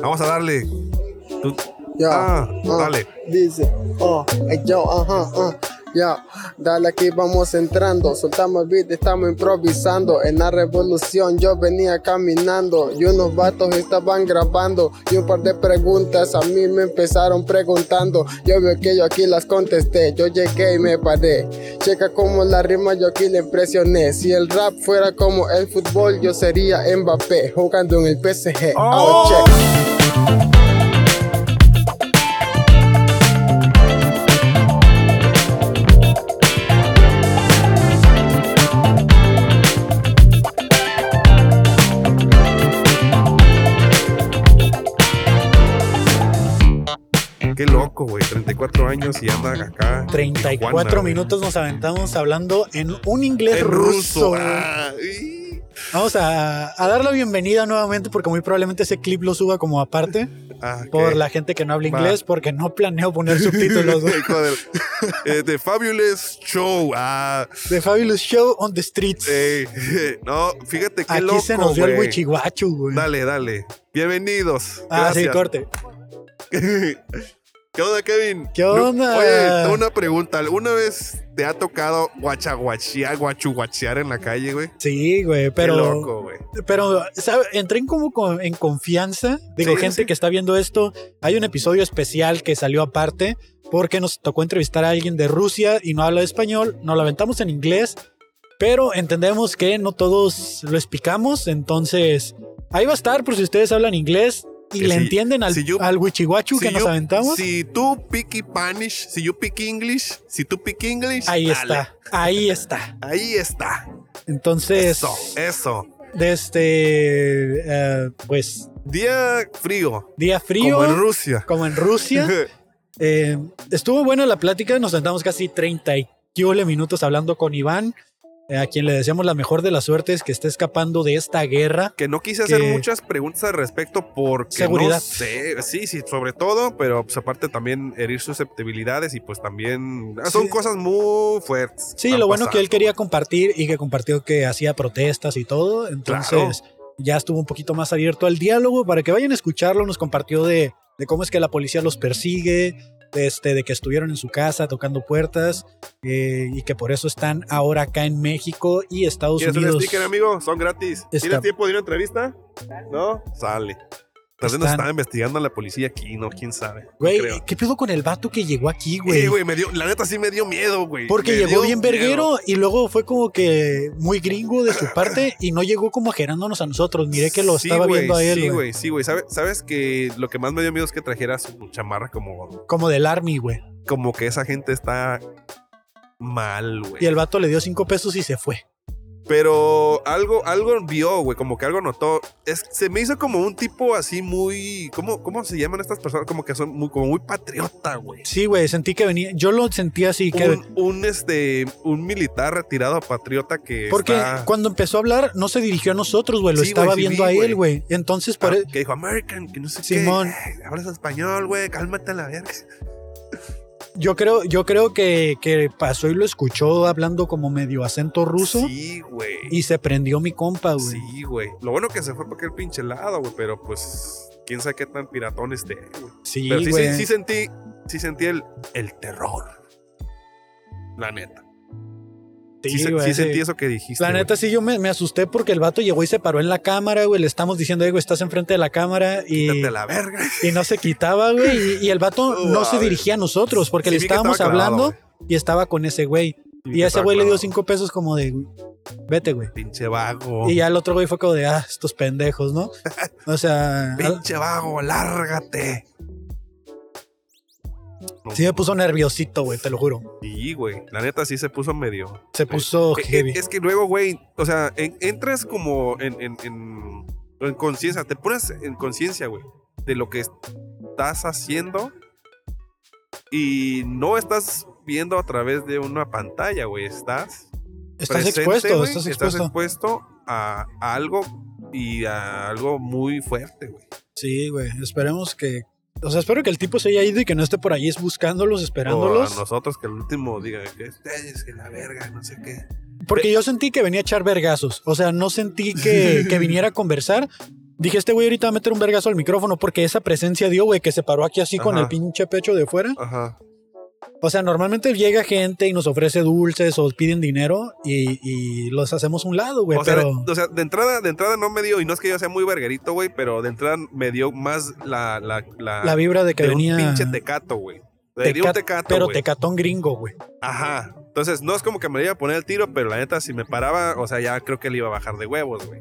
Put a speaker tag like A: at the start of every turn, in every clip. A: Vamos a darle. Tú-
B: Ya.
A: Ah,
B: ah,
A: dale.
B: Dice, oh, ay, yo, ajá, ah, ya. Dale aquí, vamos entrando. Soltamos el beat, estamos improvisando. En la revolución yo venía caminando. Y unos vatos estaban grabando. Y un par de preguntas a mí me empezaron preguntando. Yo veo que yo aquí las contesté. Yo llegué y me paré. Checa como la rima yo aquí le impresioné. Si el rap fuera como el fútbol, yo sería Mbappé jugando en el PSG.
A: Oh.
B: check.
A: Qué loco, güey. 34 años y anda acá. en
C: 34
A: Tijuana, güey.
C: minutos nos aventamos hablando en un inglés
A: En
C: ruso.
A: ruso.
C: güey.
A: ah, y-
C: Vamos a, a dar la bienvenida nuevamente porque muy probablemente ese clip lo suba como aparte
A: ah, ok.
C: por la gente que no habla
A: Va.
C: inglés porque no planeo poner subtítulos. güey.
A: Joder. Eh, The Fabulous Show. Ah,
C: The Fabulous Show on the Streets.
A: eh, no, fíjate qué
C: Aquí
A: loco.
C: se nos dio el
A: güey.
C: huichihuachu, güey.
A: Dale, dale. Bienvenidos.
C: Ah, sí,
A: Gracias.
C: corte.
A: ¿Qué onda, Kevin?
C: ¿Qué onda?
A: Oye, tengo una pregunta. ¿Alguna vez te ha tocado guachaguachear, guachuguachear en la calle, güey?
C: Sí, güey,
A: Qué
C: pero
A: loco, güey.
C: Pero, ¿sabe? Entré en como con- en confianza. Digo,
A: Sí,
C: gente
A: sí.
C: que está viendo esto, hay un episodio especial que salió aparte porque nos tocó entrevistar a alguien de Rusia y no habla español. Nos lo aventamos en inglés, pero entendemos que no todos lo explicamos. Entonces, ahí va a estar por si ustedes hablan inglés y
A: Que
C: le
A: si-
C: entienden al,
A: si you-
C: al huichihuachu
A: Si
C: que nos
A: you-
C: aventamos.
A: Si tú pick Spanish, si yo pick English, si tú pick English.
C: Ahí
A: dale.
C: está, ahí está.
A: Ahí está.
C: Entonces,
A: Eso, eso.
C: de este, eh, pues,
A: Día frío,
C: día frío,
A: como en Rusia.
C: Como en Rusia. Eh, estuvo buena la plática, nos sentamos casi 30 y quíole minutos hablando con Iván, eh, a quien le deseamos la mejor de las suertes que esté escapando de esta guerra.
A: que no quise hacer
C: Que-
A: muchas preguntas al respecto porque
C: Seguridad.
A: no sé, sí, sí, sobre todo, pero pues aparte también herir susceptibilidades y pues también ah, son
C: Sí.
A: cosas muy fuertes.
C: Sí,
A: están
C: lo bueno que él
A: pasando.
C: quería compartir y que compartió que hacía protestas y todo, entonces ya estuvo un poquito más abierto al diálogo para que vayan a escucharlo, nos compartió de, de cómo es que la policía los persigue, de, este, de que estuvieron en su casa tocando puertas eh, y que por eso están ahora acá en México y Estados
A: ¿Quieres un
C: Unidos.
A: sticker, amigo? Son gratis.
C: Está-
A: ¿Tienes tiempo de una entrevista? ¿No? Sale. Tal vez nos
C: Están-
A: estaba investigando la policía aquí, ¿no? ¿Quién sabe? No
C: Güey,
A: creo.
C: ¿qué pedo con el vato que llegó aquí, güey?
A: Sí, güey, me dio, la neta sí me dio miedo, güey.
C: Porque
A: Me
C: llegó
A: dio
C: bien verguero y luego fue como que muy gringo de su parte y no llegó como ajerándonos a nosotros. Miré que lo
A: Sí,
C: estaba
A: güey,
C: viendo a él,
A: Sí,
C: güey,
A: güey, sí, güey. ¿Sabes, sabes que lo que más me dio miedo es que trajera su chamarra como,
C: como del army, güey.
A: como que esa gente está mal, güey.
C: Y el vato le dio cinco pesos y se fue.
A: Pero algo, algo vio, güey, como que algo notó. Es, se me hizo como un tipo así muy. ¿Cómo, cómo se llaman estas personas? Como que son muy, como muy patriota, güey.
C: Sí, güey, sentí que venía. Yo lo sentí así que.
A: Un, un, este un militar retirado patriota que
C: porque
A: está-
C: cuando empezó a hablar, no se dirigió a nosotros, güey. Lo
A: Sí, güey,
C: estaba
A: sí
C: viendo
A: vi,
C: a él,
A: güey.
C: güey. Entonces,
A: ah,
C: por e,
A: que dijo American que no sé
C: Simón.
A: qué Ay, hablas español güey cálmate la verga
C: yo creo, yo creo que, que pasó y lo escuchó hablando como medio acento ruso
A: sí güey
C: y se prendió mi compa, güey.
A: sí güey lo bueno que se fue porque el pinche lado güey pero pues quién sabe qué tan piratón esté güey.
C: Sí,
A: pero sí,
C: güey.
A: sí, sí sentí sí sentí el el terror la neta sí, se-
C: güey,
A: sí
C: sí.
A: sentí eso que dijiste
C: La
A: güey.
C: neta, sí, yo me, me asusté porque el vato llegó y se paró en la cámara, güey. Le estamos diciendo, "Ey, güey, estás enfrente de la cámara y,
A: Quítate la verga
C: y no se quitaba, güey. Y, y el vato
A: Oh,
C: no
A: a
C: se
A: ver.
C: dirigía a nosotros porque
A: Sí,
C: le
A: vi que
C: estábamos
A: estaba clavado,
C: hablando
A: güey.
C: y estaba con ese güey.
A: Sí, vi
C: Y
A: que
C: ese
A: estaba
C: güey le dio
A: clavado.
C: cinco pesos como de, vete, güey.
A: pinche vago
C: Y ya el otro güey fue como de, ah, estos pendejos, ¿no? O sea, al-
A: pinche vago lárgate No
C: sí me puso nerviosito, güey, te lo juro.
A: Sí, güey. La neta sí se puso medio.
C: Se puso
A: Eh, eh,
C: heavy.
A: Es que luego, güey, o sea, en- entras como en, en, en- en conciencia, te pones en conciencia, güey, de lo que estás haciendo y no estás viendo a través de una pantalla, güey. Estás.
C: Estás
A: presente,
C: expuesto,
A: güey,
C: estás expuesto.
A: a, a algo y a algo muy fuerte, güey.
C: Sí, güey, esperemos que... O sea, espero que el tipo se haya ido y que no esté por ahí es
A: Oh, O
C: buscándolos,
A: a
C: esperándolos.
A: nosotros que el último diga que ustedes, que la verga, no sé qué.
C: Porque yo sentí que venía a echar vergazos. O sea, no sentí que, que viniera a conversar. Dije, este güey ahorita va a meter un vergazo al micrófono porque esa presencia dio, güey, que se paró aquí así con
A: Ajá.
C: el pinche pecho de fuera.
A: Ajá.
C: O sea, normalmente llega gente y nos ofrece dulces o piden dinero y, y los hacemos a un lado, güey.
A: o, sea,
C: Pero
A: de, o sea, de entrada, de entrada no me dio, y no es que yo sea muy verguerito, güey, pero de entrada me dio más la, la, la,
C: la vibra de que
A: de
C: venía.
A: un pinche tecato, güey. Me dio un
C: teca-
A: tecato,
C: pero
A: güey.
C: tecatón gringo, güey.
A: Ajá. Entonces, no es como que me iba a poner el tiro, pero la neta, si me paraba, o sea, ya creo que le iba a bajar de huevos, güey.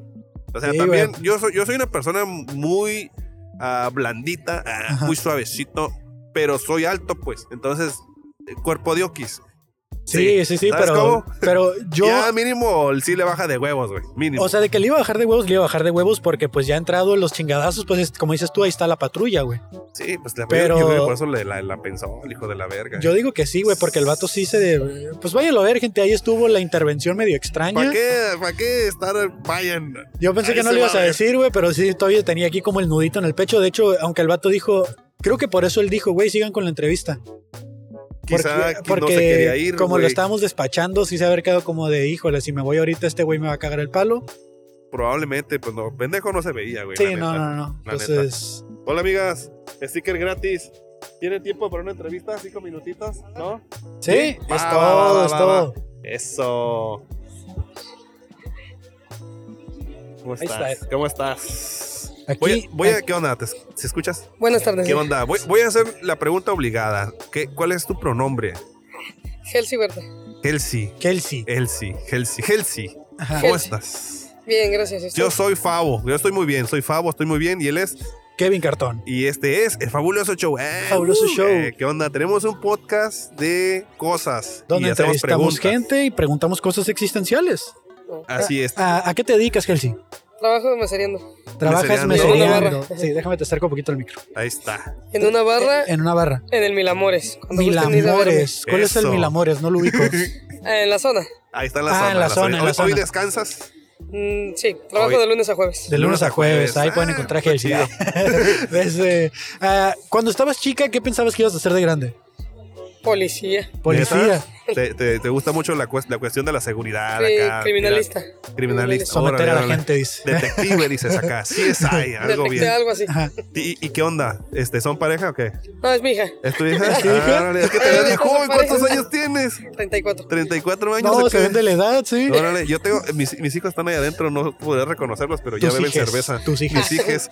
A: O sea,
C: Sí,
A: también, yo soy, yo soy una persona muy ah, blandita, ah,
C: Ajá.
A: muy suavecito, pero soy alto, pues. Entonces, eh, cuerpo de oquis.
C: Sí, sí, sí,
A: ¿Sabes
C: pero,
A: cómo?
C: pero yo.
A: Ya mínimo sí le baja de huevos, güey. Mínimo.
C: O sea, de que le iba a bajar de huevos, le iba a bajar de huevos porque pues ya ha entrado en los chingadazos, pues es- como dices tú, ahí está la patrulla, güey.
A: sí, pues la
C: pero-
A: yo creo que por eso le- la, la pensó, el hijo de la verga.
C: Yo digo que sí, güey, porque el vato sí se... de- Pues váyalo a ver, gente, ahí estuvo la intervención medio
A: ¿Para
C: extraña.
A: qué, ¿Para qué estar? Vayan.
C: Yo pensé
A: Ahí
C: que no
A: se
C: lo
A: va
C: ibas
A: a
C: a
A: ver.
C: decir, güey, pero sí, todavía tenía aquí como el nudito en el pecho. De hecho, aunque el vato dijo... Creo que por eso él dijo, güey, sigan con la entrevista.
A: Quizá
C: porque
A: que no se quería ir,
C: como lo
A: güey.
C: estábamos despachando, sí se haber quedado como de, híjole, si me voy ahorita, este güey me va a cagar el palo.
A: Probablemente, pues no, pendejo no se veía, güey. la
C: sí, no,
A: neta.
C: no, no.
A: la neta.
C: Entonces,
A: Hola amigas, sticker gratis. ¿Tienen tiempo para una entrevista? ¿Cinco minutitos? ¿No?
C: sí,
A: Va,
C: es
A: va,
C: todo,
A: va,
C: es
A: va,
C: todo.
A: va. Eso. ¿Cómo
C: Ahí
A: estás?
C: está.
A: ¿Cómo estás?
C: Aquí- eh,
A: voy a, voy a- ¿Qué onda? ¿Te, ¿Se escuchas?
D: Buenas tardes.
A: ¿Qué onda? Voy, voy a hacer la pregunta obligada. ¿Qué, ¿Cuál es tu pronombre?
D: Helsi Verde.
A: Elsie.
C: Kelsey.
A: Elsie. Elsie. Elsie.
C: Ajá.
A: ¿Cómo
D: Elsie.
A: estás?
D: Bien, gracias. ¿y usted?
A: Yo soy Favo. Yo estoy muy bien. Soy Favo, estoy muy bien. Y él es
C: Kevin Cartón.
A: Y este es el fabuloso show. Eh,
C: Fabuloso Show.
A: eh, ¿Qué onda? Tenemos un podcast de cosas.
C: Donde
A: y hacemos
C: entrevistamos
A: preguntas.
C: gente y preguntamos cosas existenciales.
D: No.
C: Ah.
A: Así es.
C: ¿A, a qué te dedicas, Kelsey?
D: Trabajo de meseriendo.
C: Trabajas
A: Mesereando.
C: mesereando.
D: En una barra.
C: Sí, déjame te acerco un poquito el micro.
A: Ahí está.
D: En una barra, en,
C: En una barra.
D: el Milamores. Cuando
C: Mil
D: gusten ir a
C: amores. ¿Cuál es el
A: Eso.
C: mil amores? No lo ubico.
D: verme. Ah, en la zona.
A: Ahí está la
C: Ah,
A: zona.
C: en la zona, en
A: Hoy,
C: la
A: hoy
C: zona.
A: descansas.
D: Mm, sí, trabajo
A: Hoy-
D: de lunes a jueves.
C: De lunes a jueves. Ahí pueden
A: Ah,
C: encontrar
A: está
C: Kelsey.
A: chido.
C: Desde, ah, cuando estabas chica, ¿qué pensabas que ibas a hacer de grande?
D: Policía.
C: Policía.
A: ¿Neta? ¿Te, te, te gusta mucho la, cues- la cuestión de la seguridad?
D: Sí,
A: acá,
D: criminalista.
A: mira, criminalista.
C: Someter
A: Órale,
C: a la
A: órale.
C: gente, dice.
A: Detective, dices acá. Sí es ahí, algo
D: Detecté
A: bien.
D: algo así.
C: Ajá.
A: ¿Y, y qué onda? Este, ¿Son pareja o qué?
D: No, es mi hija.
A: ¿Es tu hija?
C: ¿Es tu hija?
A: Ah, órale, es que te ves de
D: Son
A: joven. ¿Cuántos
D: pareja.
A: años tienes?
D: 34.
A: 34 años.
C: No,
A: ¿o
C: se
A: qué?
C: ven de la edad, sí.
A: Órale, yo tengo, mis, mis hijos están ahí adentro, no podré reconocerlos, pero ya
C: Tus
A: beben
C: hijes,
A: cerveza.
C: Tus hijas.
A: Mis hijos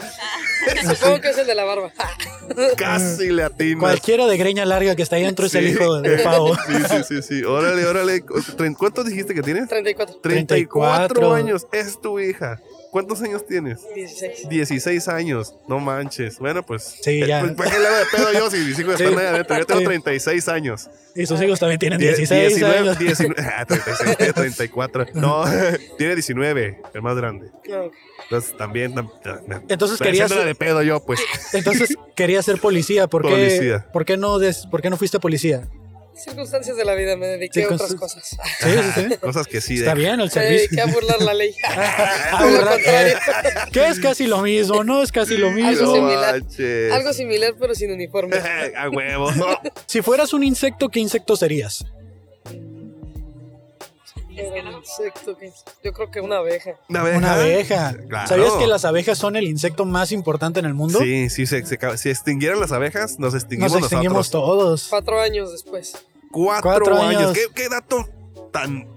D: Supongo que es el de la barba.
A: casi le atinas.
C: Cualquiera de greña larga que está ahí dentro es el
A: Sí.
C: hijo de Pavo.
A: Sí, sí, sí, sí. Órale, órale. Tre- ¿Cuántos dijiste que tienes?
D: 34.
A: 34
C: 34.
A: años. Es tu hija. ¿Cuántos años tienes?
D: 16.
A: 16 años. No manches. Bueno, pues.
C: Sí,
A: eh,
C: ya.
A: Pues, ¿Para qué le hago de pedo yo si mis hijos
C: Sí.
A: están ahí adentro? Yo tengo
C: Sí.
A: 36 años.
C: Y sus hijos también tienen
A: Die-
C: 16 años.
A: 19, ah, 36, tiene 34. No, tiene 19, el más grande.
D: No,
A: Entonces también. tam- tam- tam-
C: Entonces
A: Estoy
C: querías,
A: haciéndola de pedo yo, pues.
C: entonces querías ser policía. ¿Por qué,
A: Policía.
C: ¿por qué, no, des- por qué no fuiste policía?
D: Circunstancias de la vida, me dediqué a otras
C: Circunstancias.
D: cosas.
C: Sí, sí, sí.
A: Cosas que sí.
C: Está
A: de-
C: bien el
D: Me dediqué
C: servicio.
D: a burlar la ley.
C: Ah,
D: Lo
C: ¿verdad?
D: contrario.
C: que es casi lo mismo, ¿no? Es casi lo
D: Algo
C: mismo.
D: similar.
A: manches.
D: Algo similar, pero sin uniforme.
A: a huevo.
C: Si fueras un insecto, ¿qué insecto serías?
D: Era un insecto que- Yo creo que una abeja.
A: Una abeja.
C: Una abeja.
A: Claro.
C: ¿Sabías que las abejas son el insecto más importante en el mundo?
A: Sí, sí, se, se, ca- si extinguieran las abejas, nos extinguimos
C: Nos extinguimos
A: nosotros.
C: todos.
D: Cuatro años después.
A: Cuatro,
C: Cuatro
A: años.
C: años.
A: ¿Qué, qué dato tan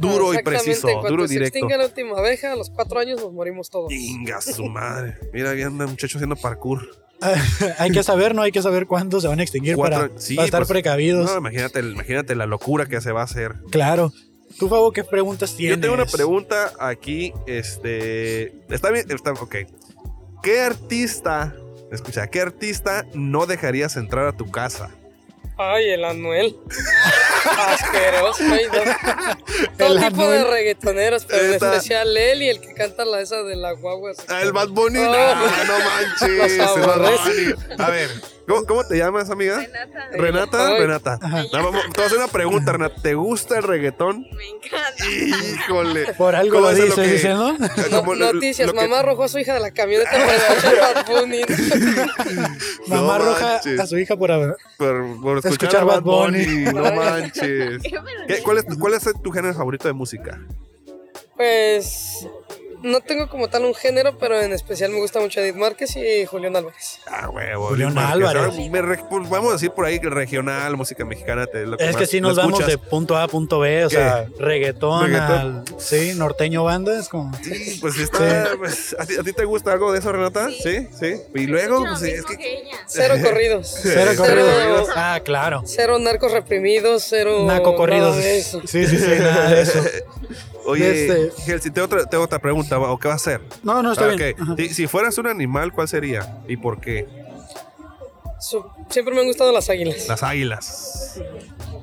A: duro y
D: Exactamente,
A: preciso?
D: en cuanto
A: Duro y
D: se
A: directo.
D: extinga la última abeja, a los cuatro años nos morimos todos.
A: Chinga su madre. Mira, había un muchacho haciendo parkour.
C: hay que saber, ¿no? Hay que saber cuándo se van a extinguir
A: Cuatro-
C: para,
A: sí,
C: para estar
A: pues,
C: precavidos.
A: No, imagínate, el- imagínate la locura que se va a hacer.
C: Claro. ¿Tú, Fabo, qué preguntas tienes?
A: Yo tengo una pregunta aquí, este, está bien, está, ok. ¿Qué artista, escucha, qué artista no dejarías entrar a tu casa?
D: Ay, el Anuel. Asqueroso. ay, no. Todo
C: El
D: tipo
C: Anuel.
D: de reggaetoneros, pero en
A: Esta-
D: especial él y el que canta la esa de la guagua. así
A: Ah,
D: que-
A: el Bad Bunny.
D: Oh.
A: Ah, no manches.
D: Los
A: el Bad
D: aborrece.
A: Bunny. A ver, ¿cómo, cómo te llamas, amiga?
E: Renata,
A: Renata,
D: Ay.
A: Renata.
C: Ajá.
A: No, vamos, te voy a hacer una pregunta, Renata. ¿Te gusta el reggaetón?
E: me encanta.
A: Híjole.
C: Por algo
A: ¿Cómo
C: lo
A: es lo
C: dices,
A: que-
C: diciendo.
D: No-
A: Como lo-
D: noticias,
A: lo que-
D: mamá arrojó a su hija de la camioneta para escuchar Bad Bunny.
C: Mamá
A: No
C: roja
A: manches.
C: a su hija por haber.
A: Por, por escuchar,
C: Escuchar
A: a Bad
C: Bad
A: Bunny. No
D: Ay.
A: manches.
E: Qué vergüenza.
A: ¿Qué- cuál, es, tu- ¿Cuál es tu género favorito de música?
D: Pues No tengo como tal un género, pero en especial me gusta mucho Edith Márquez y Julián Álvarez.
A: Ah, huevo. Luis
C: Julián
A: Márquez.
C: Álvarez.
A: Ah, me re- pues vamos a decir por ahí que regional, música mexicana. te- lo
C: Es que
A: más
C: si nos
A: lo
C: vamos de
A: escuchas.
C: punto A a punto B, o
A: ¿Qué?
C: sea, reggaetón,
A: Reggaetón.
C: al- sí, norteño banda, es como...
A: Sí, Pues está. pues, ¿a, ti, a ti te gusta algo de eso, Renata?
E: Sí.
A: Sí, sí. Y
E: Yo
A: luego,
E: lo
A: pues sí, es
E: mismo
A: que.
E: que ella.
D: Cero corridos.
C: Cero corridos.
D: corridos.
C: Ah, claro.
D: Cero narcos reprimidos, cero.
C: Naco corridos.
D: nada de eso.
C: Sí, sí, sí, nada de eso.
A: Oye,
C: Este-
A: Gelsi, te otra, tengo otra pregunta, ¿va? ¿o qué va a hacer?
C: No, no, está
A: Ah,
C: bien.
A: ok.
C: Ajá.
A: Si, si fueras un animal, ¿cuál sería? ¿Y por qué?
D: Su- Siempre me han gustado las águilas.
A: Las águilas.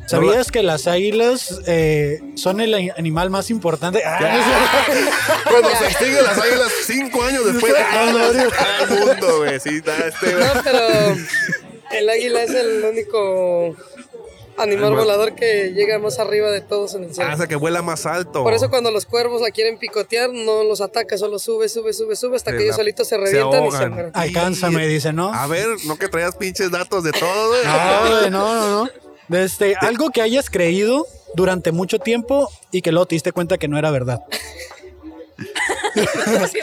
C: ¿Sabías que las águilas eh, son el a- animal más importante? Ah, no es cierto.
A: Cuando se extinguen las águilas cinco años después de
C: No, no, no.
A: al mundo, güey. Sí, está este, güey.
D: No, pero el águila es el único
A: Animal.
D: animal volador que llega más arriba de todos en el
A: Ah, o
D: cielo.
A: sea, que vuela más alto.
D: Por eso cuando los cuervos la quieren picotear, no los ataca, solo sube, sube, sube, sube hasta
A: Se
D: que ellos
A: la-
D: solitos se
A: se
D: revientan y se
A: ahogan.
C: Ah,
D: mueren.
C: Alcánzame, dice, ¿no?
A: A ver, no que traías pinches datos de todo, güey.
C: No, güey, no, no, no. Desde algo que hayas creído durante mucho tiempo y que luego te diste cuenta que no era verdad.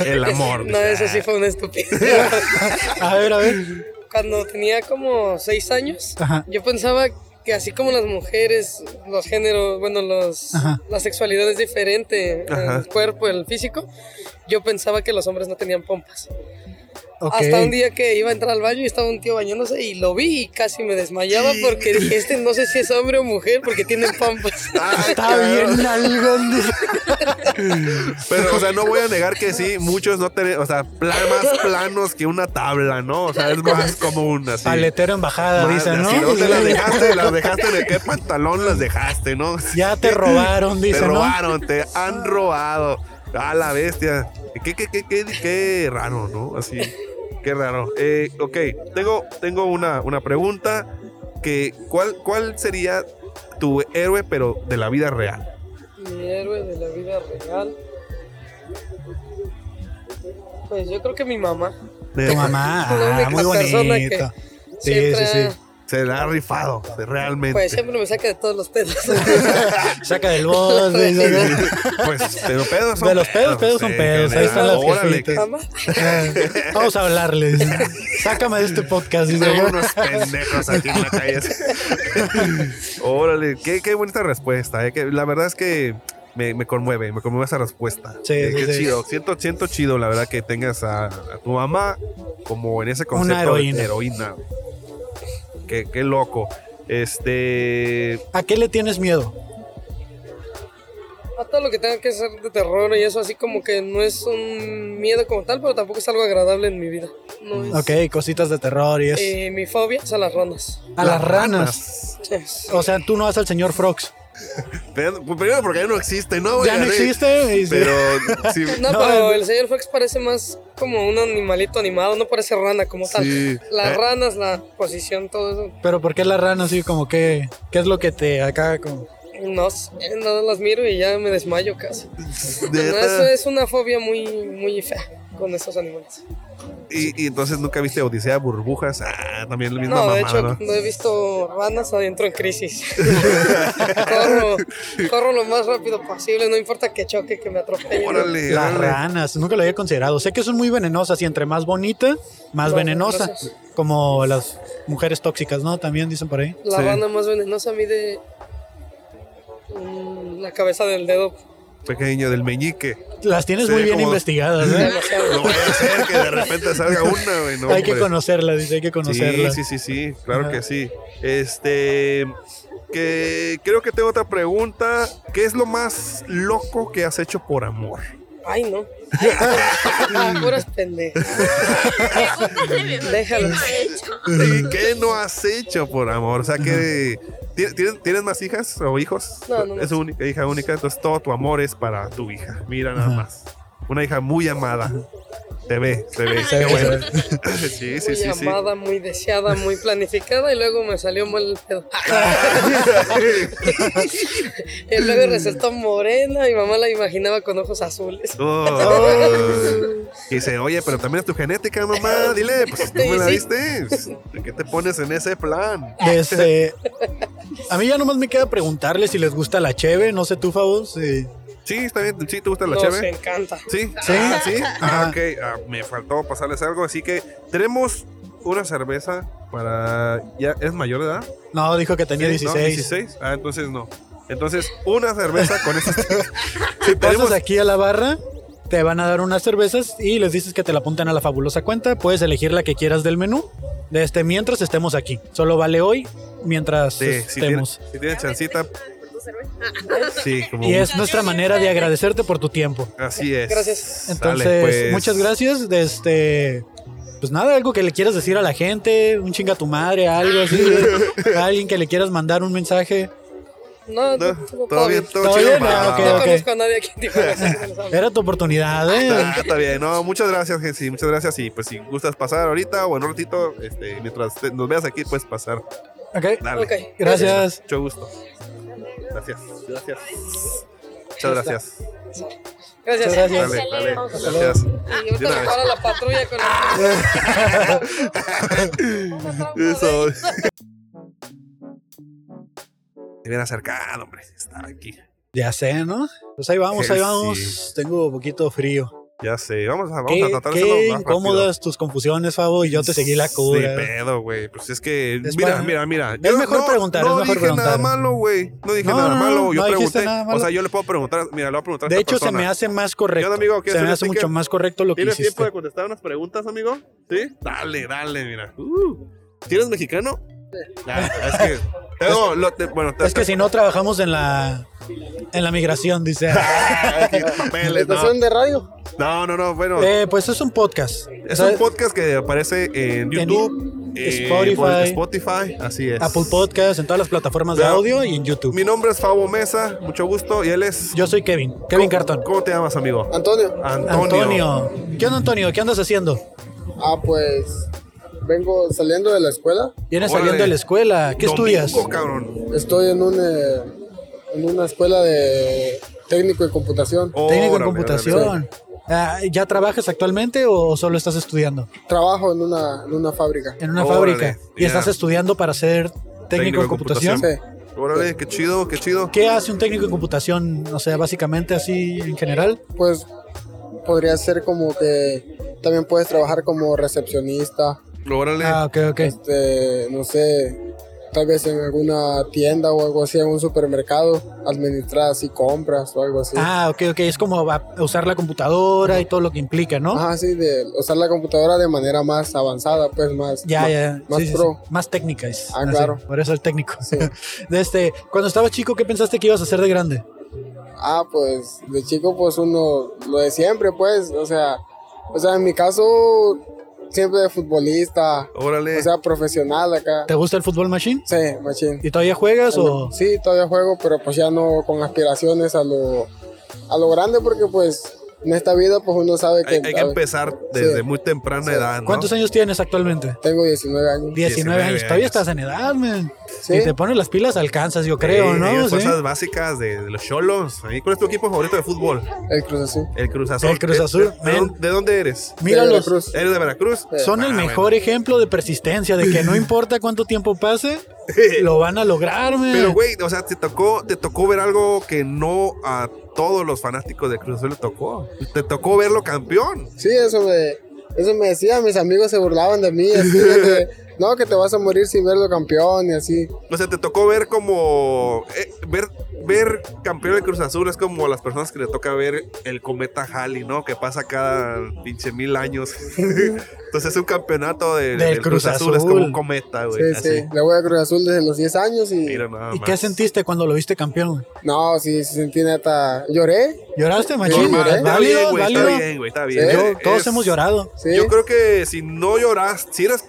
A: El amor.
D: No, eso sí fue una estupidez.
C: A ver, a ver.
D: Cuando tenía como seis años,
C: Ajá.
D: yo pensaba que así como las mujeres, los géneros, bueno, los,
C: Ajá.
D: la sexualidad es diferente,
A: Ajá.
D: el cuerpo, el físico, yo pensaba que los hombres no tenían pompas.
C: Ok.
D: Hasta un día que iba a entrar al baño y estaba un tío bañándose y lo vi y casi me desmayaba
A: Sí.
D: porque dije, este no sé si es hombre o mujer porque tiene pompas.
A: Ah,
C: Está
A: cabrón.
C: bien algón.
A: Pero, o sea, no voy a negar que sí, muchos no tienen, o sea, plan- más planos que una tabla, ¿no? O sea, es más común así.
C: Paletero en bajada,
A: Más-
C: dice, ¿no?
A: Si no te las dejaste, las dejaste de qué pantalón las dejaste, ¿no?
C: Ya te robaron,
A: Te
C: dice, ¿no?
A: robaron, te han robado. A la bestia. Qué, qué, qué, qué, qué raro, ¿no? Así. Qué raro. Eh, ok, tengo, tengo una, una pregunta. Que, ¿cuál, ¿Cuál sería tu héroe, pero de la vida real?
D: Mi héroe de la vida real. Pues yo creo que mi mamá.
A: De-
C: Tu mamá.
D: La
C: Ah,
D: única
C: muy
D: persona que
C: bonito. Sí, sí,
D: siempre
C: sí.
A: Se la ha rifado, de- realmente.
D: Pues siempre me saca de todos los pedos.
C: Saca del borde. saca-
A: Pues, pero pedos son
C: De los pedos, pedos son
A: en
C: pedos.
A: general.
C: Ahí están las
A: Ah, pues Órale,
C: jefitas.
D: Mamá,
C: Vamos a hablarles. Sácame de este podcast.
A: que
C: dice,
A: son
C: ¿no?
A: unos pendejos aquí en la calle. Órale, qué, qué bonita respuesta. eh, que la verdad es que me, me conmueve, me conmueve esa respuesta.
C: Sí,
A: Eh,
C: sí,
A: qué
C: sí.
A: chido. Siento, siento chido, la verdad, que tengas a, a tu mamá como en ese concepto
C: Una heroína.
A: de heroína. Qué, qué loco. Este.
C: ¿A qué le tienes miedo?
D: a todo lo que tenga que ser de terror y eso, así como que no es un miedo como tal, pero tampoco es algo agradable en mi vida. No es.
C: Ok, cositas de terror y Ah, es.
D: Eh, mi fobia es a las rondas.
C: A las ranas.
D: Yes.
C: O sea, tú no vas al señor Frogs.
A: Pero- pues, Primero porque ya no existe, ¿no?
C: Ya no
A: sí.
C: existe. y-
A: Pero sí.
D: No,
C: No,
D: pero
C: el-
D: el... señor Fox parece más como un animalito animado, no parece rana como tal.
A: Sí.
D: Las
A: Eh.
D: ranas, la posición, todo eso.
C: Pero ¿por qué las ranas así como que qué es lo que te acá como
D: No sé, nada las miro y ya me desmayo casi. No,
A: neta.
D: eso es una fobia muy, muy fea con esos animales.
A: Y, y entonces nunca viste Odisea Burbujas. Ah, también la misma
D: No, de
A: mamada,
D: hecho,
A: ¿no?
D: cuando he visto ranas adentro en crisis. corro, corro lo más rápido posible, no importa que choque, que me atropelle.
A: Órale,
C: las
A: órale.
C: ranas? Nunca lo había considerado. Sé que son muy venenosas y entre más bonita, más
D: Más
C: venenosa,
D: venenosas.
C: como las mujeres tóxicas, ¿no? También dicen por ahí.
D: La
A: Sí.
D: rana más venenosa mide mm, la cabeza del dedo
A: Pequeño del meñique.
C: Las tienes
A: Sí,
C: muy bien
A: como-
C: investigadas, ¿eh?
A: No
D: demasiado.
A: vaya a ser que de repente salga una, güey. No,
C: hay que
A: hombre.
C: conocerlas, dice, hay que
A: Sí,
C: conocerlas.
A: sí, sí, sí, claro
C: Ajá.
A: que sí. Este, que creo que tengo otra pregunta. ¿Qué es lo más loco que has hecho por amor?
D: Ay, no. Ay, Puras pendejas.
E: Pregúntale mejor.
D: Déjalo.
E: ¿Qué ha hecho?
A: ¿Y qué no has hecho por amor? O sea, que ¿tien- ¿tienes, ¿tienes más hijas o hijos?
D: No, no, no.
A: Es única, hija única, entonces todo tu amor es para tu hija. Mira nada
C: Ajá.
A: más. Una hija muy amada. Te ve, se ve.
C: Se
A: qué
C: ve,
A: bueno. sí,
C: se
A: sí,
D: Muy
A: sí, sí.
D: amada, muy deseada, muy planificada y luego me salió mal el pedo. Y luego resultó morena, mi mamá la imaginaba con ojos azules.
A: Oh. Dice, oye, pero también es tu genética, mamá. Dile, pues tú me la
D: Sí.
A: diste. ¿De qué te pones en ese plan?
C: Este, Desde- a mí ya nomás me queda preguntarles si les gusta la cheve, no sé tú, Fabo, si
A: Sí, está bien. Sí, te gusta la
D: Nos
A: cheve.
D: encanta.
A: Sí,
C: Sí.
A: Ah, sí. Ah,
C: Ajá.
A: ok. Ah, me faltó pasarles algo. Así que tenemos una cerveza para. ¿Ya es mayor de edad?
C: No, dijo que tenía
A: Sí, ¿no?
C: 16.
A: 16. Ah, entonces no. Entonces, una cerveza con esta. si
C: Pasas
A: tenemos.
C: aquí a la barra, te van a dar unas cervezas y les dices que te la apuntan a la fabulosa cuenta. Puedes elegir la que quieras del menú. De este, mientras estemos aquí. Solo vale hoy mientras
A: Sí, si tienes
C: estemos.
A: si tienes chancita, sí, como.
C: Y es nuestra manera de agradecerte por tu tiempo.
A: Así es.
D: Gracias.
A: Sale,
C: Entonces,
A: pues.
C: muchas gracias. De este, pues nada, algo que le quieras decir a la gente, un chinga a tu madre, algo así. a alguien que le quieras mandar un mensaje.
D: No,
A: No,
D: tú- tú-
A: todo bien, todo
C: ¿Todo
A: chido.
C: bien?
A: Va,
C: Ah, ok,
A: va,
D: No
A: va.
C: ok.
D: conozco a nadie aquí en Tijuana, así que no sabes.
C: Era tu oportunidad, ¿eh?
A: Ah, está bien, no, muchas gracias, Jessy, muchas gracias. Y pues si gustas pasar ahorita o en un ratito, este, mientras te- nos veas aquí, puedes pasar.
C: Ok,
A: Dale.
D: Ok.
C: gracias.
A: Mucho gusto. Gracias. Gracias. Muchas gracias.
D: Gracias.
C: Muchas gracias.
A: Dale, dale. Gracias. De
D: Y
A: una
D: ahorita me
A: vez.
D: para la patrulla con la...
A: Eso. Te viene acercado, hombre. Está aquí.
C: Ya sé, ¿no? Pues ahí vamos, ahí
A: Sí.
C: vamos. Tengo poquito frío.
A: Ya sé. Vamos a, vamos
C: Qué,
A: a tratar de
C: qué
A: hacerlo más rápido.
C: incómodas tus confusiones, Favo, y yo te seguí la
A: De
C: cura.
A: pedo, güey. Pues es que.
C: Es
A: mira,
C: para-
A: mira, mira.
C: Es mejor preguntar,
A: No
C: es mejor
A: dije nada
C: preguntar.
A: malo, güey. No dije
C: No,
A: nada
C: no, no,
A: malo. Yo
C: no dijiste
A: pregunté.
C: nada
A: O
C: malo.
A: sea, yo le puedo preguntar. Mira, le voy a preguntar. a
C: De
A: esta
C: hecho, se me
A: persona.
C: hace más correcto.
A: Yo, amigo, ¿quieres
C: se me
A: hacer
C: hace
A: un
C: mucho
A: ticket?
C: más correcto lo que
A: ¿Tienes tiempo de
C: hiciste.
A: contestar unas preguntas, amigo? Sí. Dale, dale, mira. Uh. ¿Sí eres mexicano? Ah, es que. No, lo te- bueno, te,
C: Es que si no trabajamos en la en la migración, dice.
A: Ah, sí, papeles, no.
B: Estación de radio.
A: no, no, no, bueno.
C: Eh, pues es un podcast.
A: es
C: ¿Sabes?
A: un podcast que aparece en YouTube, eh,
C: Spotify.
A: por Spotify, así es.
C: Apple Podcast, en todas las plataformas de
A: Pero-
C: audio y en YouTube.
A: Mi nombre es Fabo Mesa, mucho gusto, y él es.
C: Yo soy Kevin, Kevin Cartón.
A: ¿Cómo te llamas, amigo?
B: Antonio.
A: Antonio.
C: Antonio. ¿Qué onda, Antonio? ¿Qué andas haciendo?
B: Ah, pues vengo saliendo de la escuela.
C: Vienes
A: Órale.
C: saliendo de la escuela. ¿Qué
A: Domingo,
C: estudias?
A: cabrón.
B: Estoy en un eh, en una escuela de técnico en computación.
C: Técnico en
A: Órale, órale.
C: computación. Ah, ¿Ya trabajas actualmente o solo estás estudiando?
B: Trabajo en una en una fábrica.
C: En una
A: Órale,
C: fábrica. ¿Y
A: ya.
C: estás estudiando para ser técnico,
A: Técnico en
C: en computación?
A: computación.
B: Sí.
A: Órale, qué chido, qué chido.
C: ¿Qué hace un técnico en computación? O sea, básicamente así en general.
B: Pues podría ser como que también puedes trabajar como recepcionista,
A: Órale.
C: Ah, ok, ok.
B: este, no sé, tal vez en alguna tienda o algo así, en un supermercado, administrar así compras o algo así.
C: Ah, ok, ok. Es como va- usar la computadora y todo lo que implica, ¿no?
B: Ajá, sí, de usar la computadora de manera más avanzada, pues más.
C: Ya,
B: más-
C: ya.
B: Más
C: sí, sí, sí.
B: pro.
C: Más técnica es.
B: Ah,
C: Así,
B: claro.
C: Por eso el técnico.
B: Sí.
C: De este, cuando estabas chico, ¿qué pensaste que ibas a hacer de grande?
B: Ah, pues de chico, pues uno, lo de siempre, pues, o sea, o sea, en mi caso, siempre de futbolista,
A: Órale.
B: o sea, profesional acá.
C: ¿Te gusta el fútbol machine?
B: Sí, machín.
C: ¿Y todavía juegas o...?
B: Sí, todavía juego, pero pues ya no con aspiraciones a lo, a lo grande, porque pues en esta vida, pues uno sabe que.
A: hay, hay que
B: a ver,
A: empezar desde
B: Sí.
A: muy temprana edad. ¿no?
C: ¿Cuántos años tienes actualmente?
B: Tengo 19 años.
C: 19,
A: 19
C: años. Todavía
A: años.
C: estás en edad, man.
B: Sí.
C: Si te pones las pilas, alcanzas, yo creo,
A: Sí,
C: ¿no?
A: sí,
C: Sí.
A: Cosas básicas de, de los cholos. Ahí, ¿Cuál es tu equipo favorito de fútbol?
B: El Cruz Azul.
A: El Cruz Azul.
C: El Cruz
A: ¿De-
C: Azul,
A: ¿De, de
C: man.
A: dónde- de dónde eres?
C: Míralos.
B: De Veracruz.
A: ¿Eres de Veracruz?
B: Sí.
C: Son
A: Ah,
C: el
A: bueno.
C: mejor ejemplo de persistencia, de que no importa cuánto tiempo pase, lo van a lograr, man.
A: Pero, güey, o sea, te tocó, te tocó ver algo que no a todos los fanáticos de Cruz Azul le tocó. Te tocó verlo campeón.
B: Sí, eso me, eso me decía, mis amigos se burlaban de mí, así de que, no, que te vas a morir sin verlo campeón y así.
A: O sea, te tocó ver como. eh, ver, ver campeón de Cruz Azul es como a las personas que le toca ver el cometa Halley, ¿no? Que pasa cada pinche mil años. Entonces, un campeonato de- del, Cruz, Azul. es como un cometa, güey.
B: Sí,
A: así.
B: sí, le voy a Cruz Azul desde los 10 años y...
A: Ah, Mira nada
C: ¿Y
A: más.
C: qué sentiste cuando lo viste campeón?
B: No, sí, sí sentí neta, lloré,
C: ¿Lloraste, machín?
A: Normal,
B: lloré.
A: está
C: Válido,
A: bien, güey, está
C: válido.
A: bien, güey, está
B: Sí.
A: bien.
C: Yo-
A: Es-
C: todos hemos llorado.
B: sí.
A: Yo creo que si no lloraste, si eres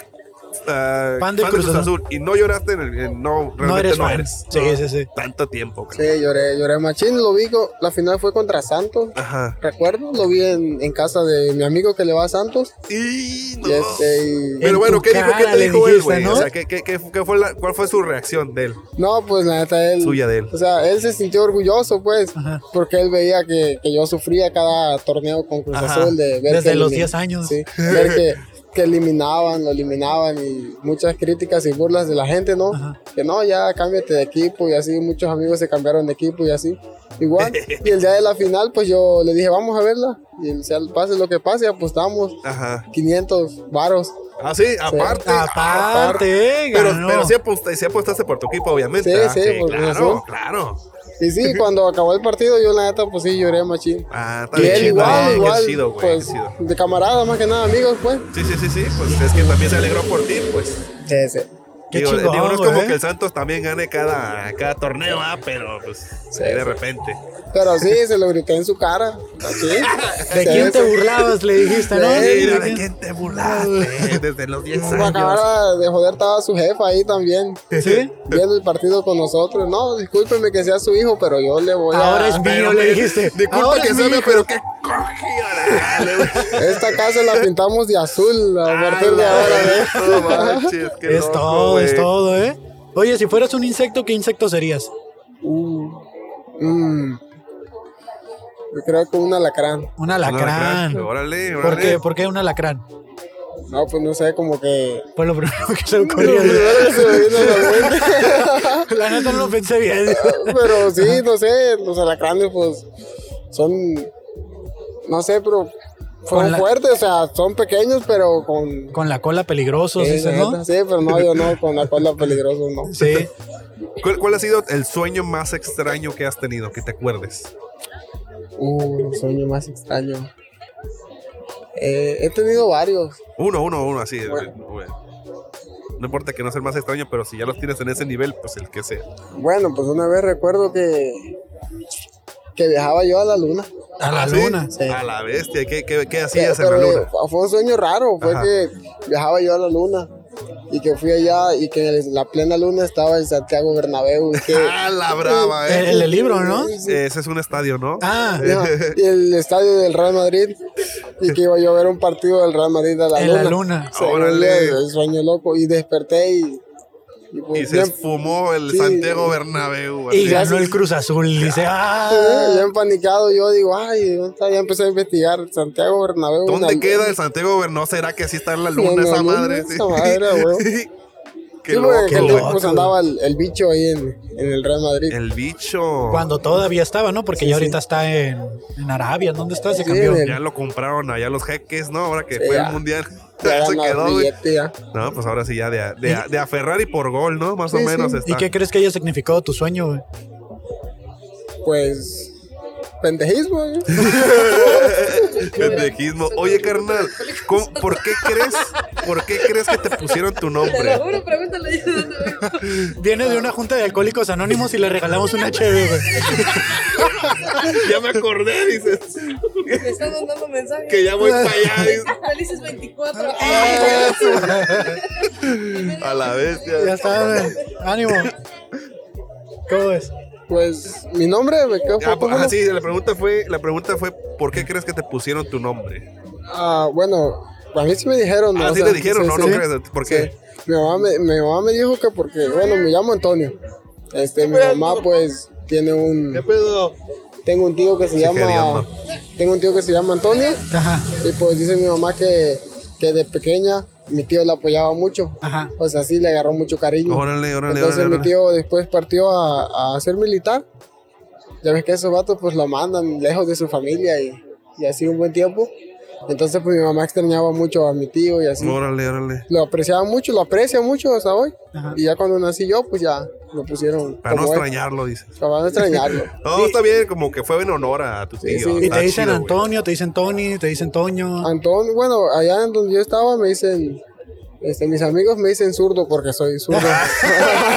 A: ah,
C: Fan del Cruz Azul.
A: y no lloraste, en el- en- no, realmente
C: No
A: no
C: eres
A: eres.
C: fan. Sí, sí, sí.
A: Tanto tiempo, creo.
B: Sí, lloré, lloré machín, lo vi, co- la final fue contra Santos,
A: Ajá.
B: recuerdo, lo vi en, en casa de mi amigo que le va a Santos
A: Y no.
B: y este... y-
A: Pero
C: En
A: bueno,
C: tu
A: ¿qué dijo? ¿Qué
C: cara
A: te
C: le
A: dijo él,
C: dijiste,
A: güey?
C: ¿no?
A: O sea, ¿qué, qué- qué- qué fue la- ¿cuál fue su reacción de él?
B: No, pues la neta, él...
A: Suya de él.
B: O sea, él se sintió orgulloso, pues,
C: Ajá.
B: porque él veía que, que yo sufría cada torneo con Cruz
A: Ajá.
B: Azul de ver
C: Desde
B: que
C: los
B: elimin-
C: 10 años.
B: Sí, ver que, que eliminaban, lo eliminaban y muchas críticas y burlas de la gente, ¿no?
C: Ajá.
B: Que no, ya cámbiate de equipo y así, muchos amigos se cambiaron de equipo y así. Igual, y el día de la final, pues yo le dije, vamos a verla. Y o sea, pase lo que pase, apostamos
A: Ajá.
B: 500 varos.
A: Ah, sí, aparte. Ah,
C: Aparte,
A: Pero,
C: ganó.
A: pero sí, apostaste, sí apostaste por tu equipo, obviamente.
B: Sí,
A: ah,
B: sí, por
A: claro,
B: razón.
A: claro.
B: Y sí, cuando acabó el partido, yo la neta, pues sí, lloré machín.
A: Ah, está
B: Y
A: bien
B: él
A: chido,
B: igual,
A: bien, qué
B: igual,
A: chido, güey,
B: pues,
A: qué chido.
B: de camaradas más que nada, amigos, pues.
A: Sí, sí, sí, sí, pues es que también se alegró por ti, pues.
B: Sí, sí.
C: Qué
A: digo,
C: chingón, ¿eh?
A: digo, no es como
C: güey.
A: que el Santos también gane cada, cada torneo, ah, pero pues
B: Sí,
A: ahí de
B: sí.
A: repente.
B: Pero sí, se lo grité en su cara. Así.
C: ¿De
B: Sí,
C: quién te
B: sí.
C: burlabas? Le dijiste, ¿no?
B: Sí,
C: ¿De
A: Mira, ¿de
C: quién?
A: quién te burlaste? Desde los 10
B: Para
A: años.
B: acabar de joder, estaba su jefa ahí también.
C: ¿Sí?
B: Viendo el partido con nosotros. No, discúlpeme que sea su hijo, pero yo le voy a.
C: Ahora es mío, le dijiste.
A: Disculpa
C: Ahora
A: que
C: es mi
A: suene,
C: hijo.
A: pero qué cogida.
B: Esta casa la pintamos de azul a partir de ahora, ¿eh?
C: Es todo, es todo, ¿eh? Oye, si fueras un insecto, ¿qué insecto serías?
B: Uh, mm. Yo creo que un alacrán.
C: Un alacrán.
A: Órale, órale.
C: ¿Por qué, ¿Por qué un alacrán?
B: No, pues no sé, como que.
C: Fue lo primero que se me ocurrió.
B: Se me vino a la mente.
C: La neta no lo pensé bien.
B: pero sí, no sé, los alacranes pues son, no sé, pero
C: Con
B: son
C: la-
B: fuertes, o sea, son pequeños, pero con...
C: Con la cola peligrosos,
B: Sí,
C: dices,
B: la
C: ¿no?
B: neta, sí, pero no, yo no, con la cola peligrosa, no.
C: Sí.
A: ¿Cuál, cuál ha sido el sueño más extraño que has tenido, que te acuerdes?
B: Uh, sueño más extraño. Eh, he tenido varios.
A: Uno, uno, uno, así. güey. No importa que no sea el más extraño, pero si ya los tienes en ese nivel, pues el que sea.
B: Bueno, pues una vez recuerdo que, que viajaba yo a la luna.
C: A la
A: ¿Ah, sí?
C: luna.
B: Sí.
A: A la bestia, ¿qué, qué, qué
B: Sí,
A: hacías en la
B: pero,
A: luna?
B: eh, Fue un sueño raro, fue
A: Ajá.
B: que viajaba yo a la luna y que fui allá y que en la plena luna estaba el Santiago Bernabéu y que
A: ¡Ah, la brava,
C: El,
A: eh!
C: el del libro, ¿no?
A: Ese es un estadio, ¿no?
C: Ah,
B: no, y el estadio del Real Madrid y que iba yo a ver un partido del Real Madrid a la
C: en
B: luna.
C: la luna.
B: Sí,
A: Órale.
B: el, el sueño loco y desperté y, y pues,
A: Y se
B: bien-
A: esfumó el
B: sí.
A: Santiago Bernabéu.
C: Y
A: así.
C: ganó el Cruz Azul. Dice,
B: eh,
C: ¡ah!
B: bien panicado yo digo, ay, ¿dónde está? ya empecé a investigar Santiago Bernabéu.
A: ¿Dónde
B: una-
A: queda el Santiago Bernabéu? ¿No será que así está en la
B: en
A: luna
B: la
A: esa
B: luna,
A: madre?
B: esa madre, güey.
A: Qué
B: Sí,
A: loco.
B: porque
C: qué
B: pues,
C: loco.
B: andaba el, el bicho ahí en, en el Real Madrid.
A: El bicho.
C: Cuando todavía estaba, ¿no? Porque
B: Sí,
C: ya
B: sí.
C: ahorita está en, en Arabia. ¿Dónde está? Se
B: Sí,
C: cambió.
B: en el-
A: Ya lo compraron allá los jeques, ¿no? Ahora que
B: Sí,
A: fue
B: ya.
A: el mundial.
B: Ya
A: Ya se
B: ganó
A: quedó, güey.
B: billete, ya.
A: No, pues ahora sí ya de a, de a- de a Ferrari por gol, ¿no? Más o
B: Sí, sí.
A: menos
C: ¿Y
A: está.
C: qué crees que haya significado tu sueño, güey?
B: Pues pendejismo. ¿eh?
A: Pendejismo. Oye, carnal, ¿cómo- ¿por qué crees? ¿Por qué crees que te pusieron tu
E: Te lo
A: nombre?
E: juro, pregúntale yo de dónde vengo.
C: Viene
B: Ah.
C: de una junta de alcohólicos anónimos y le regalamos una chévere, güey.
A: Ya me acordé, dices.
E: Me están mandando mensajes.
A: Que ya voy para allá, dices.
E: Felices 24.
A: A la
C: Ya
A: bestia. Ah,
C: está, güey. Ánimo. ¿Cómo es?
B: Pues mi nombre me quedó
A: Ah,
B: poco,
A: pues,
B: ¿no?
A: ah, sí, la pregunta fue, la pregunta fue, ¿por qué crees que te pusieron tu nombre?
B: Ah, bueno, a mí sí me dijeron. ¿no?
A: Ah,
B: O
A: sí
B: sea,
A: te dijeron,
B: sí,
A: no,
B: sí.
A: no crees, ¿por qué?
B: Sí. Mi, mamá me, mi mamá me dijo que porque, bueno, me llamo Antonio. Este, mi mamá pues tiene un,
A: pedo?
B: tengo un tío que se llama,
A: hediondo.
B: tengo un tío que se llama Antonio
C: Ajá,
B: y pues dice mi mamá que, que de pequeña mi tío la apoyaba mucho.
C: ajá.
B: Pues así le agarró mucho cariño.
A: Órale, órale,
B: Entonces
A: órale.
B: mi
A: órale.
B: tío después partió a, a ser militar. Ya ves que esos vatos pues lo mandan lejos de su familia y, y así un buen tiempo. Entonces pues mi mamá extrañaba mucho a mi tío y así.
A: Órale, órale.
B: Lo apreciaba mucho, lo aprecia mucho hasta hoy.
C: Ajá.
B: Y ya cuando nací yo pues ya lo pusieron
A: Para no
B: como él.
A: extrañarlo, dices.
B: Para no extrañarlo.
A: No, está bien, como que fue en honor a tu tío.
B: sí. Y te
C: Y
A: está
C: te dicen
A: chido, güey.
C: Antonio, te dicen Tony, te dicen Toño.
B: Antón, bueno, allá en donde yo estaba me dicen... Este, mis amigos me dicen zurdo porque soy zurdo.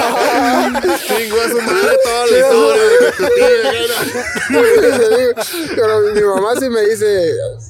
A: Chingó a su madre toda la historia de que tu tío era.
B: Pero mi mamá sí me dice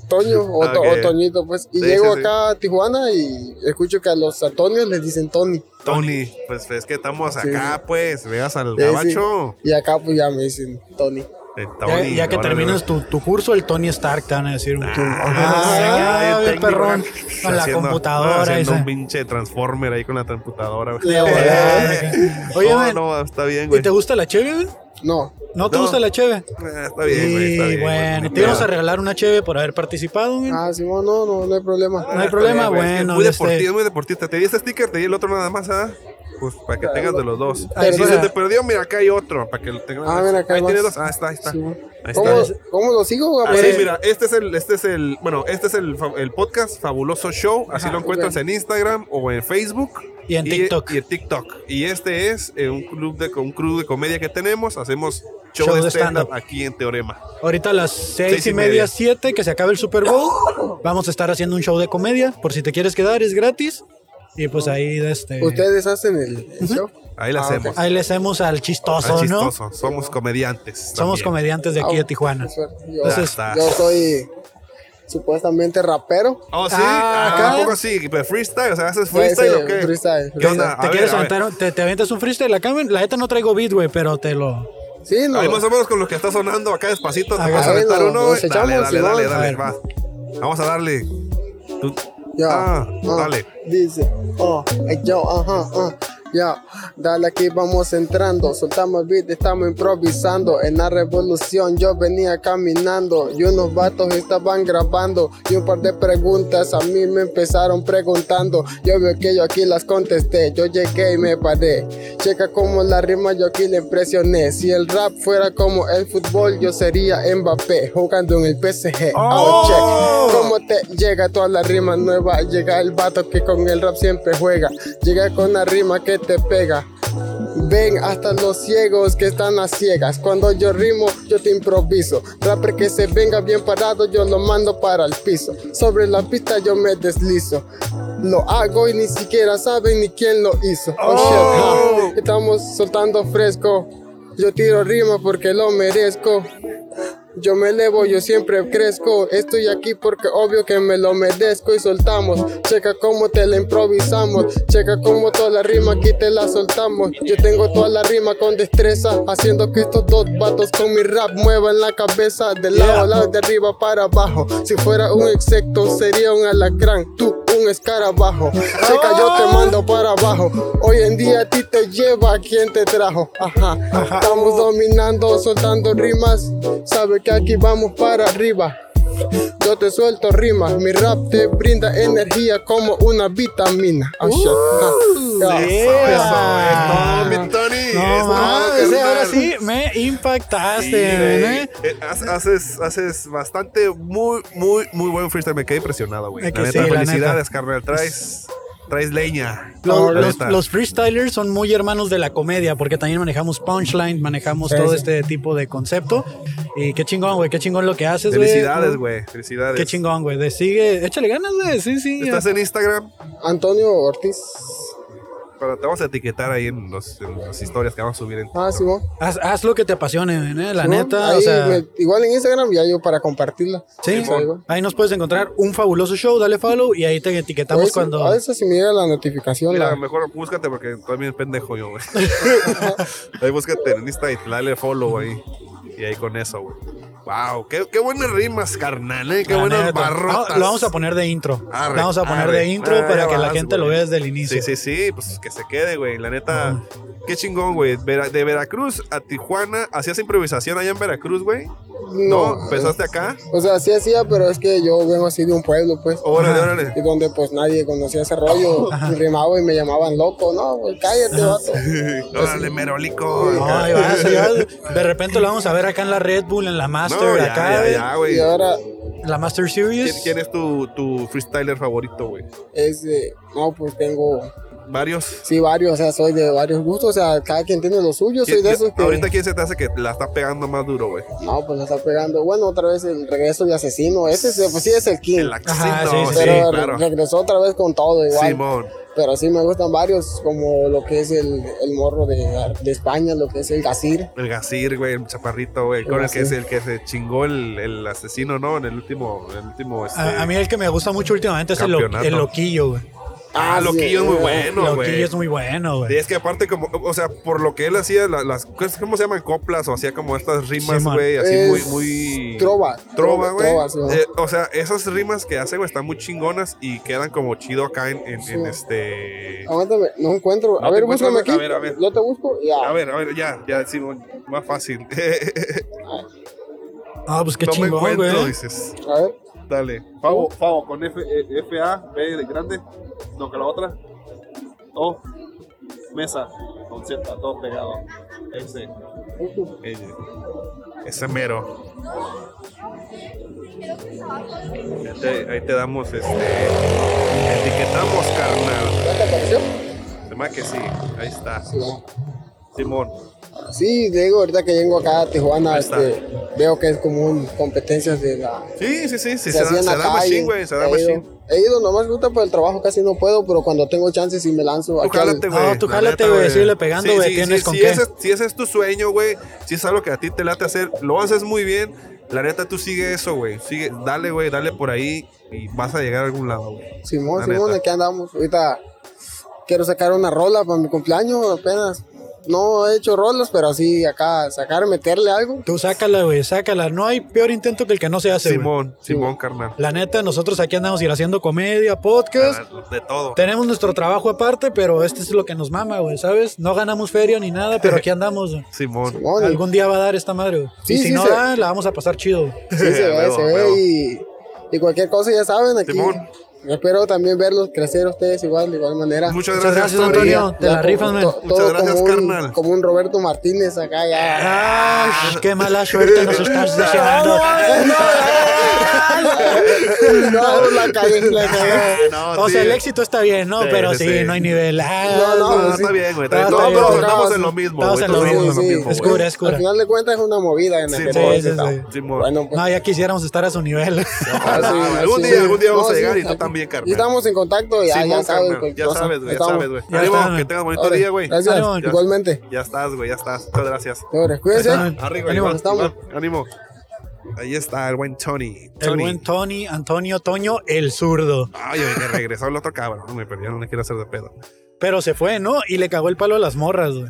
B: Toño o, To-
A: Ah, Ok.
B: o Toñito, pues. Y
A: Sí,
B: llego
A: sí, sí.
B: acá a Tijuana y escucho que a los Antonios les dicen Tony.
A: Tony, pues es que estamos acá, pues. Veas al
B: Sí, sí.
A: gabacho.
B: Y acá pues ya me dicen Tony.
A: Eh,
C: Ya,
A: Tony,
C: ya que
A: órale,
C: terminas
A: órale.
C: tu, tu curso, el Tony Stark te van a decir un
A: Ah,
C: ah,
A: ay,
C: el
A: técnico,
C: perrón
A: ¿verdad?
C: con la
A: Haciendo-
C: computadora
A: Haciendo
C: esa.
A: un pinche transformer ahí con la computadora. güey.
B: De volada.
A: Eh,
C: Oye,
A: no,
C: man,
A: no, está bien,
C: ¿Y
A: güey.
C: te gusta la chévere? güey?
B: No.
C: ¿No te
A: No.
C: gusta la cheve?
A: Ah, está bien, güey. Está
C: Y
A: bien, güey,
C: bueno,
A: ni
C: te íbamos
A: pedo.
C: a regalar una cheve por haber participado, güey.
B: Ah, Simón, no, no, no hay problema.
C: no hay
A: Ah,
C: problema,
A: está bien, güey, es que
C: bueno,
A: Muy
C: este-
A: deportista, muy deportista. Te di este sticker, te di el otro nada más, ¿ah? Pues para que tengas de los dos.
C: Ay,
A: si
C: mira.
A: se te perdió, mira, acá hay otro. Para que lo tengas.
B: Ah, mira, acá hay
A: ahí tiene
B: más.
A: dos. Ah, está, ahí está.
B: Simón.
A: Ahí
B: ¿Cómo,
A: está.
B: ¿Cómo lo sigo,
C: Ah,
B: güey?
A: Así,
B: Pues,
A: mira, este es el, este es el, bueno, este es el, fa- el podcast Fabuloso Show. Así lo encuentras en Instagram o en Facebook.
C: Y en TikTok.
A: Y, en TikTok. Y este es eh, un club de un club de comedia que tenemos. Hacemos show,
C: Show
A: de,
C: de
A: stand-up
C: stand-up.
A: aquí en Teorema.
C: Ahorita a las seis,
A: Seis
C: y,
A: y
C: media,
A: media.
C: siete, que se acabe el Super Bowl, vamos a estar haciendo un show de comedia. Por si te quieres quedar, es gratis. Y pues ahí, este,
B: Ustedes hacen el, el show.
A: Ahí lo
B: Ah,
A: hacemos.
C: ahí le hacemos al chistoso,
A: Ah,
C: ¿no?
A: chistoso. Somos comediantes.
C: Somos
A: también.
C: comediantes de aquí de Tijuana.
B: Qué suerte. Pues, Yo,
A: Ya
C: Entonces,
A: está.
B: yo soy supuestamente rapero.
A: Oh, sí.
C: Ah,
A: Ah,
C: acá.
A: ¿A poco sí? Pero freestyle, o sea, ¿haces freestyle
B: Sí, sí,
A: o qué?
B: freestyle,
A: ¿Qué onda?
B: freestyle.
A: A
C: ¿Te
A: ver,
C: quieres
A: a ver.
C: aventar? un- ¿Te, te avientas un freestyle acá, men? La neta no traigo beat, güey, pero te lo...
B: Sí, no.
A: Ahí más o menos con lo que está sonando acá despacito,
C: Ah,
A: te vas a
B: bueno,
A: aventar uno.
B: nos
A: güey.
B: echamos,
A: Dale, dale,
B: Simón.
A: dale,
C: A
A: dale,
C: ver.
A: va. Vamos a darle. Tú-
B: Ya.
A: Ah,
B: ah,
A: dale.
B: Dice, oh, eh, yo, ajá, ah, ya. Dale aquí vamos entrando, soltamos el beat, estamos improvisando. En la revolución yo venía caminando y unos vatos estaban grabando y un par de preguntas a mí me empezaron preguntando. Yo veo que yo aquí las contesté, yo llegué y me paré. Checa como la rima yo aquí le impresioné. Si el rap fuera como el fútbol, yo sería Mbappé jugando en el PSG.
A: Oh.
B: check. Como te llega toda la rima nueva. Llega el vato que con el rap siempre juega. Llega con la rima que te pega. Ven hasta los ciegos que están a ciegas. Cuando yo rimo, yo te improviso. Rapper que se venga bien parado, yo lo mando para el piso. Sobre la pista yo me deslizo. Lo hago y ni siquiera saben ni quién lo hizo. Oh, shit, huh. Estamos soltando fresco. Yo tiro rima porque lo merezco. Yo me elevo, yo siempre crezco. Estoy aquí porque obvio que me lo merezco y soltamos. Checa cómo te la improvisamos. Checa cómo toda la rima aquí te la soltamos. Yo tengo toda la rima con destreza. Haciendo que estos dos vatos con mi rap muevan la cabeza de lado a lado, de arriba para abajo. Si fuera un insecto, sería un alacrán. Tú, un escarabajo. Checa, yo te mando para abajo. Hoy en día a ti te lleva a quien te trajo. Ajá. Estamos dominando, soltando rimas. Sabe que aquí vamos para arriba. Yo te suelto rimas, mi rap te brinda energía como una vitamina. Oh, shit.
C: Uh.
B: Ah, ya.
A: Eso,
C: Yeah.
A: eso, es todo, mi Tony.
C: No,
A: es
C: mames,
A: todo,
C: eh, ahora
A: carnal.
C: sí me impactaste,
A: Sí,
C: men,
A: güey.
C: eh.
A: Eh, ha- Haces, haces bastante, muy, muy, muy buen freestyle. Me quedé impresionado, güey.
C: Es que
A: La neta,
C: sí, la
A: felicidades,
C: neta.
A: carnal. Traes, traes leña.
C: Los,
A: La
C: los-
A: neta.
C: los freestylers son muy hermanos de la comedia porque también manejamos punchline, manejamos todo este tipo de concepto. Y qué chingón, güey, qué chingón lo que haces, güey.
A: Felicidades, güey. Felicidades.
C: Qué chingón, güey. de- Sigue, échale ganas, güey. Sí, sí.
A: ¿Estás en Instagram?
B: Antonio Ortiz.
A: Pero te vamos a etiquetar ahí en, los, en las historias que vamos a subir en
B: Ah, sí, ¿no?
C: Haz, haz lo que te apasione, men, eh, la
B: Sí, ¿no?
C: neta.
B: Ahí
C: o sea,
B: me- igual en Instagram ya yo para compartirla.
C: sí.
B: O sea, igual.
C: Ahí nos puedes encontrar un fabuloso show, dale follow y ahí te
B: a
C: etiquetamos
B: veces-
C: cuando.
B: Pues, A veces si me llega la notificación.
A: Mira,
B: la-
A: mejor búscate porque también pendejo yo, güey. ahí búscate en Insta y dale follow ahí. Y ahí con eso, güey. Wow, qué, qué buenas rimas, carnal, eh. Qué
C: La
A: buenas
C: neta.
A: barrotas.
C: Ah, Lo vamos a poner de intro.
A: Arre,
C: lo vamos a poner
A: arre.
C: de intro
A: Ah,
C: para
A: ya
C: que la
A: vas,
C: gente lo
A: güey.
C: vea desde el inicio. Ah.
A: Sí, sí, sí, pues que se quede, güey. La neta, qué chingón, güey. Vera- de Veracruz a Tijuana, ¿hacías improvisación allá en Veracruz, güey? No, ¿empezaste acá?
B: pues, O sea, sí hacía, pero es que yo vengo así de un pueblo, pues.
A: Órale,
C: Ajá.
A: órale.
B: Y donde pues nadie conocía ese rollo. Y rimaba y me llamaban loco. No, güey, cállate, vato.
A: Órale, merolico.
C: No,
A: acá.
C: ahí vas, ahí vas. De repente lo vamos a ver acá en la Red Bull, en la Master,
A: No, ya,
C: acá, eh.
A: ya, ya, güey.
B: Y ahora
C: en la Master
A: ¿Quién,
C: Series.
A: quién es tu, tu freestyler favorito, güey?
B: es de, no, pues tengo,
A: ¿Varios?
B: sí, varios, o sea, soy de varios gustos, o sea, cada quien tiene lo suyo, soy de
A: ¿Quién-
B: esos que,
A: Ahorita, ¿quién se te hace que la está pegando más duro, güey?
B: no, pues la está pegando. Bueno, otra vez el regreso de Asesino, ese es- pues sí es el king,
A: El
C: Ajá,
A: axito,
C: sí,
A: sí,
C: sí,
B: pero re-
A: claro.
B: regresó otra vez con todo igual.
A: Simón.
B: Pero sí me gustan varios, como lo que es el, el morro de, de España, lo que es el Gazir.
A: El Gazir, güey, el chaparrito, güey. Con el que,
B: Gazir.
A: es el que se chingó el, el asesino, ¿no? En el último, en el último, este,
C: A, a mí el que me gusta mucho últimamente es el, lo-
A: Campeonato.
C: el loquillo, güey.
A: Ah,
B: Ah, sí,
A: Loquillo es muy
B: eh,
A: bueno, güey.
C: Loquillo es muy bueno,
A: Y
C: güey.
A: es que aparte, como, o sea, por lo que él hacía, la- las, ¿cómo se llaman? Coplas o hacía como estas rimas,
C: Sí, man.
A: güey, así
B: eh, Es
A: muy, muy.
B: Trova.
A: Trova, güey.
B: Trova, sí, ¿no?
A: Eh, o sea, esas rimas que hace, güey, están muy chingonas y quedan como chido acá en, en-
B: Sí. Oh.
A: en este.
B: Aguántame, no encuentro.
A: No
B: a
A: te
B: ver,
A: encuentras,
B: búscame aquí.
A: a ver, a ver.
B: Yo te busco. Ya.
A: A ver, a ver, ya, ya, Simón, más fácil.
C: Ah, pues qué
A: no me
C: chingón,
A: encuentro,
C: güey.
A: dices.
B: A ver.
A: Dale.
B: Oh.
A: Favo, Favo, con F, A, B de grande. No, que la otra. O. Mesa. Con Z, todo pegado. Ese. Ese mero. Ahí te, ahí te damos este. Etiquetamos, carnal.
B: ¿Ya te apareció?
A: Se me hace que sí. Ahí está.
B: Sí, no.
A: Simón.
B: Sí, digo, ahorita que vengo acá a Tijuana,
A: Ahí está.
B: este, veo que es como un competencias de la.
A: Sí, sí, sí. sí
B: que
A: se, da,
B: hacían
A: se
B: acá
A: da
B: y
A: machine, güey. Se da
B: he,
A: machine.
B: ido, he ido, nomás gusta por el trabajo, casi no puedo, pero cuando tengo chance sí me lanzo.
A: Tú
B: aquí al-
A: jálate, güey.
C: Ah, tú
A: la
C: jálate,
A: neta,
C: güey, síguele pegando, güey, tienes con
A: si
C: qué.
A: Ese, si ese es tu sueño, güey, si es algo que a ti te late hacer, lo haces muy bien. La neta, tú sigue eso, güey. Sigue, dale, güey, dale por ahí y vas a llegar a algún lado, güey.
B: Simón,
A: La
B: Simón,
A: neta.
B: aquí andamos. Ahorita quiero sacar una rola para mi cumpleaños apenas. No he hecho rolas, pero así acá sacar, meterle algo.
C: Tú sácala, güey, sácala. No hay peor intento que el que no se hace, güey.
A: Simón, Simón, carnal.
C: La neta, nosotros aquí andamos ir haciendo
B: Pues,
C: comedia, podcast.
A: De todo.
C: Tenemos nuestro trabajo aparte, pero este es lo que nos mama, güey, ¿sabes? No ganamos feria ni nada, pero aquí andamos. güey.
A: Simón.
B: Simón, y-
C: Algún día va a dar esta madre, güey.
B: Sí,
C: y si
B: sí,
C: no
B: se-
C: da, la vamos a pasar chido. güey.
B: Sí, se ve,
A: Huevo,
B: se ve.
A: huevo.
B: Y, y cualquier cosa, ya saben, aquí.
A: Simón.
B: Espero también verlos crecer a ustedes igual, de igual manera.
A: Muchas
C: Muchas
A: gracias,
C: gracias,
A: Tori.
C: Antonio.
B: Ya-
C: te
B: ya
C: la
B: como-
C: rifas, man.
B: to-
A: Muchas
B: todo
A: gracias,
B: como un-
A: carnal.
B: Como un Roberto Martínez acá, ya.
A: Ah.
B: Ah,
C: ¡Ay, pues, qué mala suerte nos estás deseando!
B: no, la cagué, la cagué.
A: No,
C: O sea,
A: sí.
C: el éxito está bien, ¿no?
A: Sí,
C: pero
A: sí,
C: sí,
A: sí.
C: no hay nivel. Ah,
B: No, no,
A: No, no,
B: sí.
A: está bien, güey.
C: No,
A: está bien.
C: está
A: No,
C: bien,
A: pero
B: estamos-
A: estamos en lo mismo,
C: estamos
A: güey.
C: en lo
A: Todos
C: mismo,
A: estamos en lo
B: sí.
A: mismo,
C: Es
A: güey.
C: cura, es
B: Al
C: cura.
B: final de cuentas es una movida en la que
A: Simón.
B: todos
C: Sí, sí,
B: estamos.
C: sí.
A: Simón.
B: Bueno, pues.
C: No, ya quisiéramos estar a su nivel.
B: así,
A: Ah, algún
B: así
A: día,
B: es.
A: algún día vamos
B: No,
A: a
B: sí,
A: llegar y tú
B: aquí-
A: también, carnal.
B: Y estamos en contacto, Ah, ya,
A: Simón,
B: ya sabes.
A: carnal.
B: cualquier
A: Ya
B: cosa.
A: sabes, güey, ya
B: Estamos.
A: sabes, güey.
C: Ya
A: Ánimo,
C: está,
A: que
C: güey.
A: tengas bonito
B: Órale,
A: día, güey.
B: Gracias,
C: Ánimo.
B: igualmente.
A: Ya estás, güey, ya estás. Muchas gracias.
B: Sobre, Cuídense.
C: Ahí está.
A: Arriba,
C: Ánimo,
A: Iván,
B: estamos.
A: Iván, ánimo. Ahí está el buen Tony.
C: El
A: Tony.
C: buen Tony, Antonio Toño, el zurdo.
A: Ay, oye, que regresó el otro cabrón, me perdió, no le quiero hacer de pedo.
C: Pero se fue, ¿no? Y le cagó el palo a las morras, güey.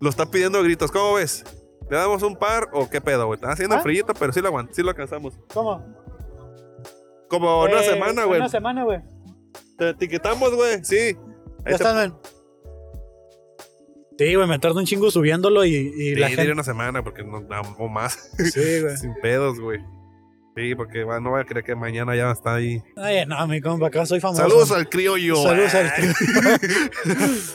A: Lo está pidiendo a gritos, ¿cómo ves? ¿Le damos un par o qué pedo, güey? Está
C: ¿Ah?
A: haciendo frillito, pero sí lo aguant- sí lo alcanzamos.
C: ¿Cómo?
A: Como una semana, güey.
C: Eh, Una semana, güey.
A: Te etiquetamos, güey. Sí.
C: Ya están, güey. Sí, güey, me tardo un chingo subiéndolo y, y
A: Sí,
C: la
A: dile
C: gente.
A: una semana porque no damos más.
C: Sí, güey.
A: Sin pedos, güey. Sí, porque va- no voy a creer que mañana ya está ahí.
C: Ay, no, mi compa, acá soy famoso.
A: Saludos al criollo.
C: Saludos al tío.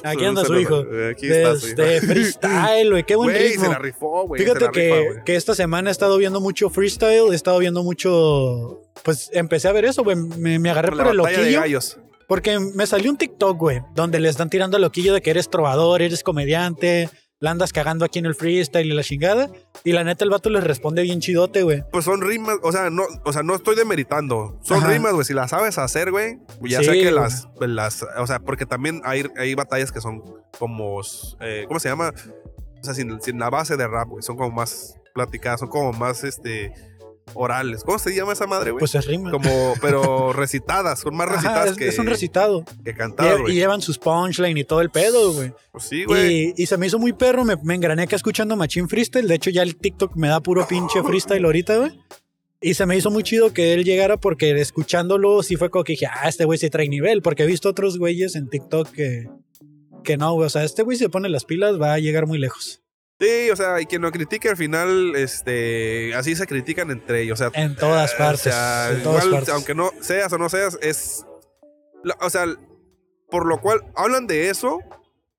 C: Aquí anda su
A: Saludos,
C: hijo.
A: saludos. Aquí está su hijo.
C: Desde este, freestyle, güey. Qué buen
A: Güey,
C: ritmo.
A: se la rifó, güey. se
C: Fíjate
A: la rifa,
C: que,
A: güey.
C: que esta semana he estado viendo mucho freestyle, he estado viendo mucho. Pues empecé a ver eso, güey. Me, me agarré
A: la
C: por el
A: batalla de
C: loquillo.
A: gallos.
C: Porque me salió un TikTok, güey, donde le están tirando al loquillo de que eres trovador, eres comediante, la andas cagando aquí en el freestyle y la chingada. Y la neta, el vato les responde bien chidote, güey.
A: Pues son rimas, o sea, no, o sea, no estoy demeritando. Son
C: Ajá.
A: rimas, güey. Si las sabes hacer, güey, pues ya
C: Sí,
A: sé que
C: güey.
A: las, las, o sea, porque también hay, hay batallas que son como, eh, ¿cómo se llama? O sea, sin, sin la base de rap, güey. Son como más platicadas, son como más, este, orales. ¿Cómo se llama esa madre, güey?
C: Pues es rima.
A: como, pero recitadas, son más
C: Ajá,
A: recitadas
C: es,
A: que,
C: es un recitado.
A: que
C: Lle-
A: cantadas,
C: y
A: güey.
C: llevan sus punchline y todo el pedo, güey.
A: Pues sí, güey.
C: Y, y se me hizo muy perro, me, me engrané acá escuchando Machín Freestyle. De hecho, ya el TikTok me da puro pinche freestyle ahorita, güey. Y se me hizo muy chido que él llegara porque escuchándolo sí fue como que dije, ah, este güey sí trae nivel. Porque he visto otros güeyes en TikTok que, que no, güey. O sea, este güey se pone las pilas, va a llegar muy lejos.
A: Sí, o sea, y quien lo critique al final, este, así se critican entre ellos. O sea,
C: En todas partes.
A: Ah, O sea,
C: en todas
A: igual,
C: partes.
A: aunque no seas o no seas, es. la- o sea, por lo cual hablan de eso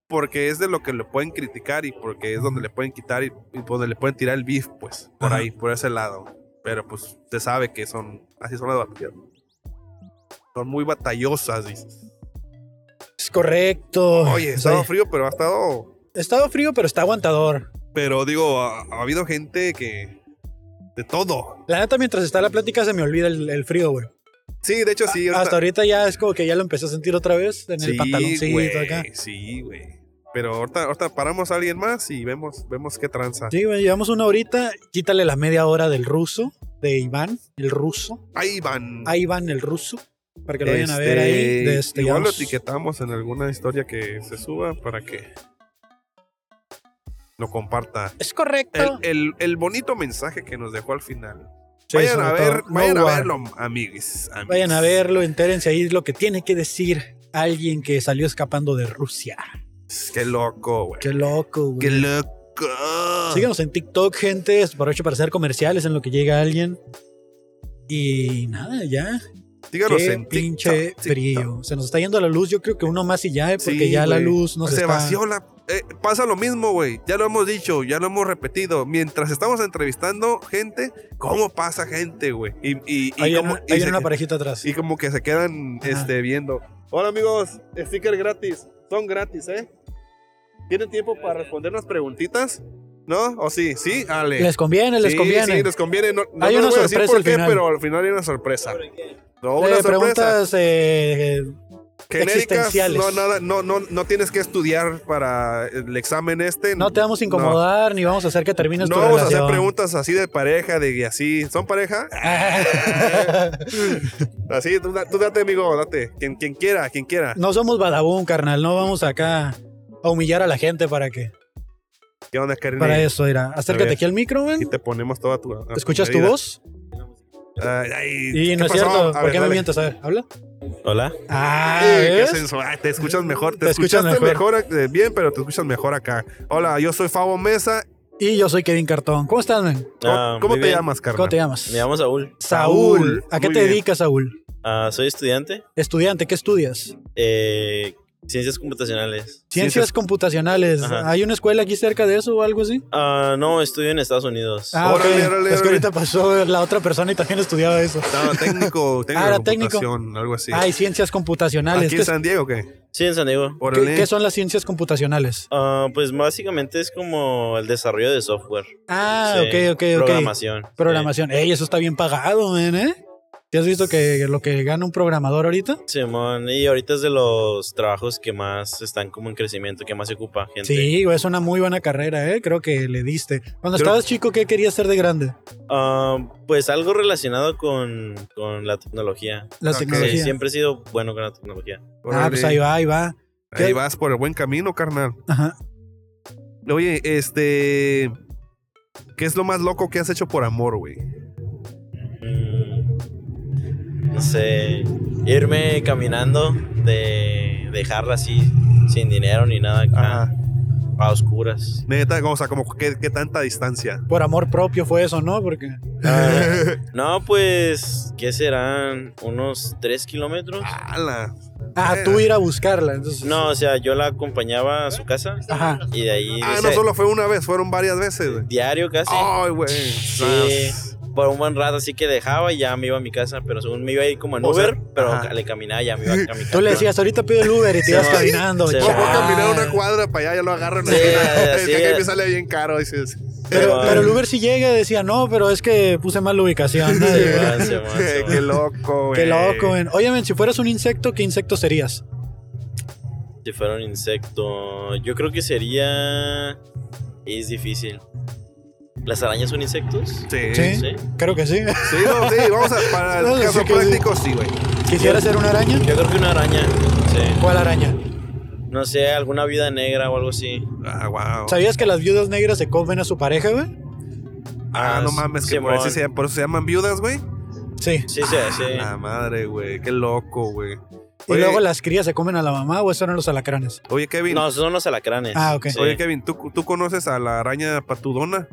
A: porque es de lo que le pueden criticar y porque es donde le pueden quitar y, y donde le pueden tirar el beef, pues, por
C: Ajá.
A: ahí, por ese lado. Pero pues se sabe que son. Así son las batallas. Son muy batallosas, dices.
C: Es correcto.
A: Oye, ha
C: O sea,
A: estado frío, pero ha estado.
C: ha estado frío, pero está aguantador.
A: Pero digo, ha, ha habido gente que. De todo.
C: La neta, mientras está la plática se me olvida el, el frío, güey.
A: Sí, de hecho, sí.
C: Ah, Hasta ahorita ya es como que ya lo empecé a sentir otra vez en el pantaloncito
A: güey,
C: acá.
A: Sí, güey. Pero ahorita, ahorita paramos a alguien más y vemos, vemos qué tranza.
C: Sí, güey, llevamos una horita. Quítale la media hora del ruso, de Iván, el ruso.
A: Ahí van.
C: A Iván, el ruso. Para que lo vayan a ver ahí. de este,
A: igual lo
C: digamos,
A: etiquetamos en alguna historia que se suba para que lo comparta.
C: Es correcto.
A: El, el- el bonito mensaje que nos dejó al final.
C: Sí,
A: vayan
C: sobre
A: a ver,
C: todo, no
A: vayan a
C: war.
A: verlo, amiguis, amiguis.
C: Vayan a verlo, entérense ahí lo que tiene que decir alguien que salió escapando de Rusia.
A: Qué loco, güey.
C: Qué loco, güey.
A: Qué loco.
C: Síganos en TikTok, gente. Aprovecho para hacer comerciales en lo que llega alguien. Y nada, ya.
A: Síganos
C: Qué
A: en TikTok,
C: pinche
A: TikTok.
C: frío. Se nos está yendo la luz. Yo creo que uno más y ya, eh, porque
A: Sí,
C: ya la
A: güey.
C: luz nos
A: se
C: está...
A: vació la. eh, pasa lo mismo, güey. Ya lo hemos dicho, ya lo hemos repetido. Mientras estamos entrevistando gente, ¿cómo pasa gente, güey? Y, y, y
C: Hay,
A: cómo-
C: una,
A: y
C: hay
A: se-
C: una parejita atrás.
A: y como que se quedan
C: Ajá.
A: este, viendo. Hola amigos, sticker gratis. Son gratis, ¿eh? ¿Tienen tiempo para responder las preguntitas? ¿No? ¿O sí? ¿Sí? Ale.
C: Les conviene, les
A: Sí,
C: conviene.
A: sí, les conviene. No, no
C: Hay
A: les
C: una
A: voy a decir
C: sorpresa
A: por
C: al
A: qué,
C: final.
A: pero al final hay una sorpresa. No,
C: Eh,
A: una sorpresa.
C: preguntas eh,
A: Genéricas,
C: existenciales.
A: no, nada, no, no, no tienes que estudiar para el examen este.
C: no te vamos a incomodar ni vamos a hacer que termines
A: No,
C: tu
A: vamos a
C: relación.
A: hacer preguntas así de pareja, de y así. ¿Son pareja? Así, tú, da- tú date, amigo, date. Quien, quien quiera, quien quiera.
C: no somos badabun, carnal. No vamos acá a humillar a la gente para que
A: ¿Qué onda, Karine?
C: para eso era.
A: A
C: Acércate
A: ver.
C: aquí al micro, ven.
A: Y te ponemos toda tu. a tu
C: ¿Escuchas tu
A: medida.
C: voz?
A: Ay, ay,
C: Y
A: ¿qué
C: no es
A: pasó?
C: cierto.
A: A
C: ¿Por
A: ver,
C: qué me
A: dale.
C: mientes? A ver, habla.
F: Hola.
C: Ah,
A: Ay, qué
C: ¿ves?
A: sensual. Te escuchas mejor. Te,
C: Te escuchas
A: escuchaste mejor. eh, bien, pero te escuchas mejor acá. Hola, yo soy Fabo Mesa.
C: Y yo soy Kevin Cartón. ¿Cómo estás, men?
A: ¿Cómo,
F: Ah,
A: cómo
F: muy
A: te
F: bien.
A: llamas, carnal?
C: ¿Cómo te llamas?
F: Me llamo Saúl.
C: Saúl. ¿A qué
A: Muy
C: te
A: bien.
C: dedicas, Saúl?
F: Ah, soy estudiante.
C: Estudiante, ¿qué estudias?
F: eh, ciencias computacionales.
C: Ciencias computacionales.
F: Ajá.
C: ¿Hay una escuela aquí cerca de eso o algo así?
F: Ah, no, estudio en Estados Unidos.
C: Ah, ok.
A: Órale, órale,
C: Es
A: órale.
C: que ahorita pasó eh, la otra persona y también estudiaba eso.
A: No, técnico, técnico
C: Ah,
A: de
C: era técnico. Ah,
A: computación, algo así.
C: Hay ciencias computacionales.
A: ¿Aquí
C: ¿Qué,
A: en San Diego o qué?
F: Sí, en San Diego.
C: qué-
A: Órale.
C: qué son las ciencias computacionales?
F: Ah, pues básicamente es como el desarrollo de software.
C: Ah,
F: Sí,
C: ok, ok, ok.
F: Programación. sí.
C: Programación. Ey, eso está bien pagado, men, ¿eh? ¿Te has visto que lo que gana un programador ahorita?
F: Simón, y ahorita es de los trabajos que más están como en crecimiento, que más se ocupa gente.
C: Sí, güey, es una muy buena carrera, ¿eh? Creo que le diste. Cuando
A: Creo-
C: estabas chico, ¿qué querías ser de grande?
F: Ah, pues algo relacionado con, con la tecnología.
C: La
A: Ok.
F: Sí,
C: tecnología.
F: siempre he sido bueno con la tecnología.
A: Órale.
C: Ah, pues ahí va, ahí va.
A: Ahí vas por el buen camino, carnal.
C: Ajá.
A: Oye, este. ¿Qué es lo más loco que has hecho por amor, güey?
F: Mm, No sé, irme caminando, de dejarla así, sin dinero ni nada, acá,
A: Ajá.
F: a oscuras.
A: Neta, o sea, como qué, qué tanta distancia.
C: Por amor propio fue eso, ¿no? Porque.
F: Ah, no, pues, ¿qué serán? ¿Unos 3 kilómetros?
A: ¡Hala!
C: Ah, tú ir a buscarla. Entonces,
F: No, o sea, yo la acompañaba a su casa
C: Ajá.
F: y de ahí
A: Ah,
F: dice,
A: no solo Oh, fue una vez, fueron varias veces, güey.
F: diario casi.
A: Ay, güey.
F: Sí, por un buen rato así que dejaba y ya me iba a mi casa, pero según me iba a ir como en
A: O sea,
F: Uber, pero
A: ajá.
F: le caminaba y ya me iba a mi casa.
C: Tú le decías, ahorita pido el Uber y te
F: Se
C: ibas
F: va.
C: caminando.
F: Se
A: Voy voy a
C: chale.
A: caminar una cuadra para allá, ya lo agarro en la
F: Sí,
A: esquina. Es
F: así
A: que aquí
F: es.
A: me sale bien caro, dices.
C: Pero,
F: Simón.
C: pero el Uber sí llega y decía, no, pero es que puse mal la ubicación. ¿no?
F: Simón, Simón,
A: Eh,
F: Simón.
A: Qué loco, güey.
C: Qué loco, men. Oye, men, si fueras un insecto, ¿qué insecto serías?
F: Si fuera un insecto, yo creo que sería. Es difícil. ¿Las arañas son insectos?
A: Sí.
C: Sí.
A: Sí,
C: Creo que sí.
A: no, sí, vamos a. Para
C: No,
A: el
C: sí
A: caso
C: que sí.
A: práctico, sí, güey.
C: ¿Quisiera ser una araña?
F: Yo creo que una araña. Sí.
C: ¿Cuál araña?
F: No sé, alguna vida negra o algo así.
A: Ah, wow.
C: ¿Sabías que las viudas negras se comen a su pareja, güey?
A: Ah, no mames, que por eso,
F: Simón.
A: se, por eso se llaman viudas, güey.
C: Sí.
F: Sí, sí, sí.
C: ah,
A: La madre, güey. Qué loco, güey.
C: Y
A: Oye,
C: luego las crías se comen a la mamá o eso eran los alacranes.
A: Oye, Kevin.
F: No, son los alacranes.
C: Ah, ok.
F: Sí.
A: Oye, Kevin, ¿tú, ¿tú conoces a la araña patudona?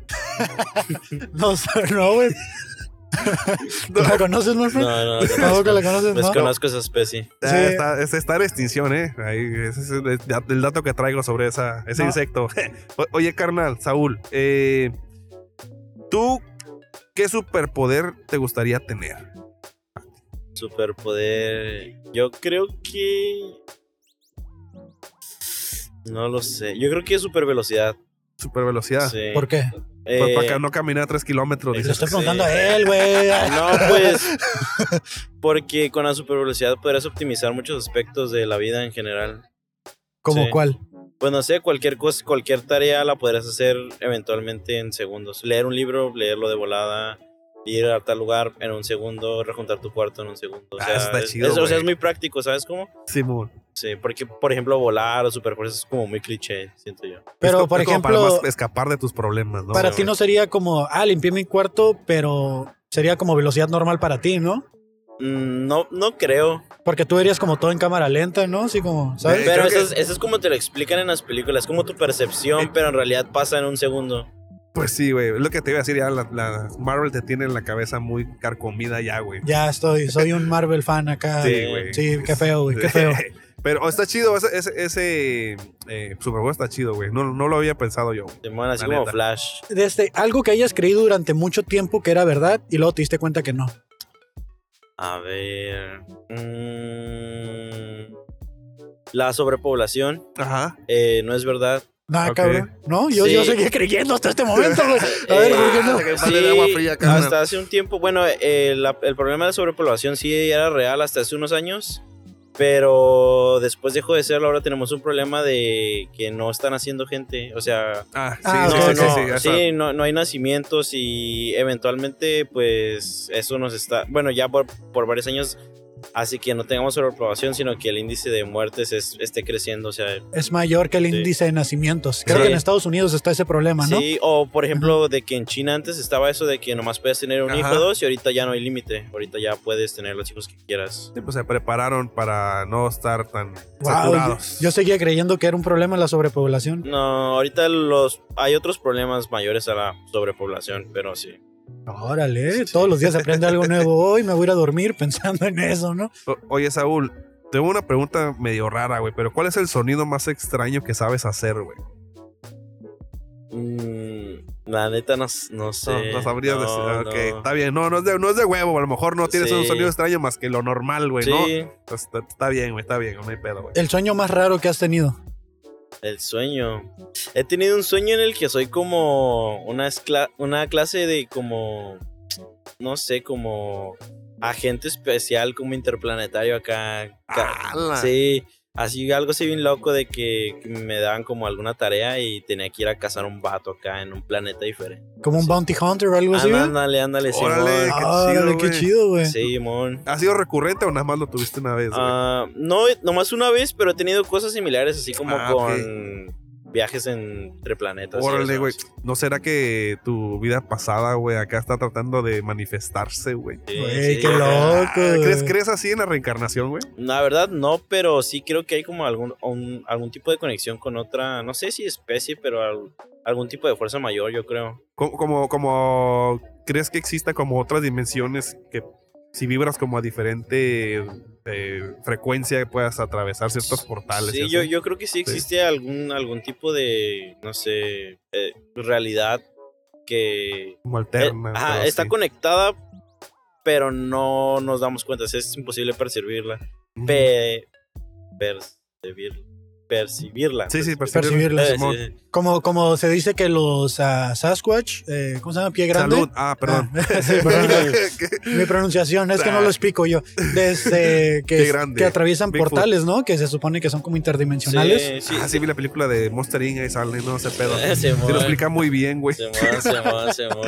C: No, no, güey. ¿Tú la conoces, Morfre?
F: No, no,
C: Tampoco la conoces, ¿no?
F: Desconozco esa especie.
A: Ah,
C: Sí.
A: está, es- está en extinción, ¿eh? Ahí, ese es el, el dato que traigo sobre esa, ese
C: No.
A: insecto. O- Oye, carnal, Saúl, eh, ¿tú qué superpoder te gustaría tener?
F: Superpoder. Yo creo que. No lo sé. Yo creo que es super velocidad.
A: Supervelocidad.
F: Sí.
C: ¿Por qué?
A: Pues
F: Eh,
A: para que no caminar tres kilómetros.
C: Le
A: dices.
C: estoy preguntando a él, güey.
F: No, pues. Porque con la super velocidad podrás optimizar muchos aspectos de la vida en general.
C: ¿Cómo
F: Sí.
C: cuál?
F: Pues no sé, cualquier cosa, cualquier tarea la podrás hacer eventualmente en segundos. Leer un libro, leerlo de volada, ir a tal lugar en un segundo, rejuntar tu cuarto en un segundo. O
A: Ah,
F: sea,
A: eso está
F: es-
A: chido,
F: es- o sea,
A: güey.
F: es muy práctico, ¿sabes cómo?
A: Simón.
F: Sí, porque, por ejemplo, volar o superfuerza es como muy cliché, siento yo.
C: Pero,
A: Es co-
C: por
A: es como para
C: ejemplo-
A: más escapar de tus problemas, ¿no?
C: para
A: Sí,
C: ti no sería como, ah, limpié mi cuarto, pero sería como velocidad normal para ti, ¿no?
F: Mm, No, no creo.
C: Porque tú verías como todo en cámara lenta, ¿no? Así como, ¿sabes?
A: Eh, creo
F: Pero eso
A: que-
F: es, eso es como te lo explican en las películas, como tu percepción,
A: Eh.
F: pero en realidad pasa en un segundo.
A: Pues sí, güey. Es Lo que te iba a decir, ya la, la Marvel te tiene la cabeza muy carcomida ya, güey.
C: Ya estoy, soy un Marvel fan acá.
A: Sí, güey.
C: Sí, qué feo, güey, qué feo.
A: Pero oh, está chido, ese, ese, ese eh, Super Bowl está chido, güey. No, no lo había pensado yo.
F: Te mueven así
A: La
F: como
A: neta.
F: Flash.
C: Desde este, algo que hayas creído durante mucho tiempo que era verdad y luego te diste cuenta que no.
F: A ver. mm, la sobrepoblación
A: Ajá.
F: eh, no es verdad.
C: Nah,
A: Ok.
C: cabrón. No, yo, yo
F: Sí.
C: seguí creyendo hasta este momento, güey. A ver,
F: Eh,
C: ¿por qué no? Ah,
A: que
F: Sí,
A: vale de agua fría, carnal.
F: hasta hace un tiempo, bueno, eh, la- el problema de la sobrepoblación sí era real hasta hace unos años, pero después dejó de serlo. Ahora tenemos un problema de que no están haciendo gente, o sea,
A: Ah, sí,
C: Ah,
A: sí,
F: no,
A: sí,
F: no,
A: sí, sí, ya
F: sí, no, no hay nacimientos y eventualmente, pues, eso nos está, bueno, ya por, por varios años. Así que no tengamos sobreprobación, sino que el índice de muertes es- esté creciendo. O sea,
C: Es mayor que el
F: Sí.
C: índice de nacimientos. Creo
F: Sí.
C: que en Estados Unidos está ese problema, ¿no?
F: sí, o por ejemplo, de que en China antes estaba eso de que nomás puedes tener un
A: Ajá.
F: hijo o dos y ahorita ya no hay límite. Ahorita ya puedes tener los hijos que quieras.
A: Sí, pues se prepararon para no estar tan
C: Wow, yo,
A: saturados.
C: yo seguía creyendo que era un problema la sobrepoblación.
F: No, ahorita los hay otros problemas mayores a la sobrepoblación, pero sí.
C: Órale, todos los días aprende algo nuevo hoy, me voy a ir a dormir pensando en eso, ¿no?
A: O- Oye, Saúl, tengo una pregunta medio rara, güey, pero ¿cuál es el sonido más extraño que sabes hacer, güey?
F: Mm, la neta no, s- no sé.
A: No, no sabrías decir.
F: No,
A: Ok,
F: no.
A: está bien. No, no es, de, no es de huevo. A lo mejor no tienes un
F: Sí.
A: sonido extraño más que lo normal, güey, ¿no?
F: Sí, Eh,
A: Entonces, está, está bien, güey, está bien. No hay pedo, güey.
C: El sueño más raro que has tenido.
F: el sueño. He tenido un sueño en el que soy como una, escla- una clase de como, no sé, como agente especial, como interplanetario acá. ca-
A: ¡Hala!
F: Sí, así algo así bien loco de que que me daban como alguna tarea y tenía que ir a cazar un vato acá en un planeta diferente.
C: Como un
F: Sí. Ah,
C: bounty hunter o algo así.
F: Ándale,
C: güey?
F: ándale, ándale,
A: Órale, Ah, qué chido,
C: Ah, órale,
F: Simón.
C: qué
A: güey.
C: chido, güey.
F: Sí, mon.
A: ¿Ha sido recurrente o nada más lo tuviste una vez, güey?
F: Ah, no, nomás una vez, pero he tenido cosas similares, así como
A: Ah,
F: con
A: ok.
F: viajes entre planetas. y
A: Órale,
F: eso,
A: güey.
F: sí.
A: ¿No será que tu vida pasada, güey, acá está tratando de manifestarse, güey?
C: Güey,
F: sí.
C: qué loco.
A: ¿Crees,
C: güey.
A: ¿Crees así en la reencarnación, güey?
F: La verdad no, pero sí creo que hay como algún, un- algún tipo de conexión con otra, no sé si especie, pero al- algún tipo de fuerza mayor, yo creo.
A: Como, como, como- crees que exista como otras dimensiones que si vibras como a diferente eh, frecuencia puedas atravesar ciertos portales. y
F: Sí,
A: así?
F: yo, yo creo que sí existe algún, algún tipo de, no sé, eh, realidad que... eh,
A: como alterna.
F: ajá,
A: pero
F: está
A: sí.
F: conectada, pero no nos damos cuenta, es imposible percibirla.
A: Ujú.
F: Pe- percibir- percibirla.
A: Sí, sí, percibir.
C: Percibirla.
F: Eh,
A: Simón.
F: sí, sí.
C: Como, como se dice que los ah, Sasquatch, eh, ¿cómo se llama? Pie grande.
A: Salud. Ah, perdón. Ah.
C: Ah, sí, perdón. Mi pronunciación es que no lo explico yo.
A: Pie
C: Desde que,
A: grande.
C: que atraviesan
A: Bigfoot.
C: portales, ¿no? Que se supone que son como interdimensionales.
F: Sí, sí.
A: Ah, sí, vi la película de Monster Inc. Ahí sale, no sé pedo.
F: Eh,
A: Sí,
F: Simón.
A: lo explica muy bien, güey.
F: Simón, Simón, Simón.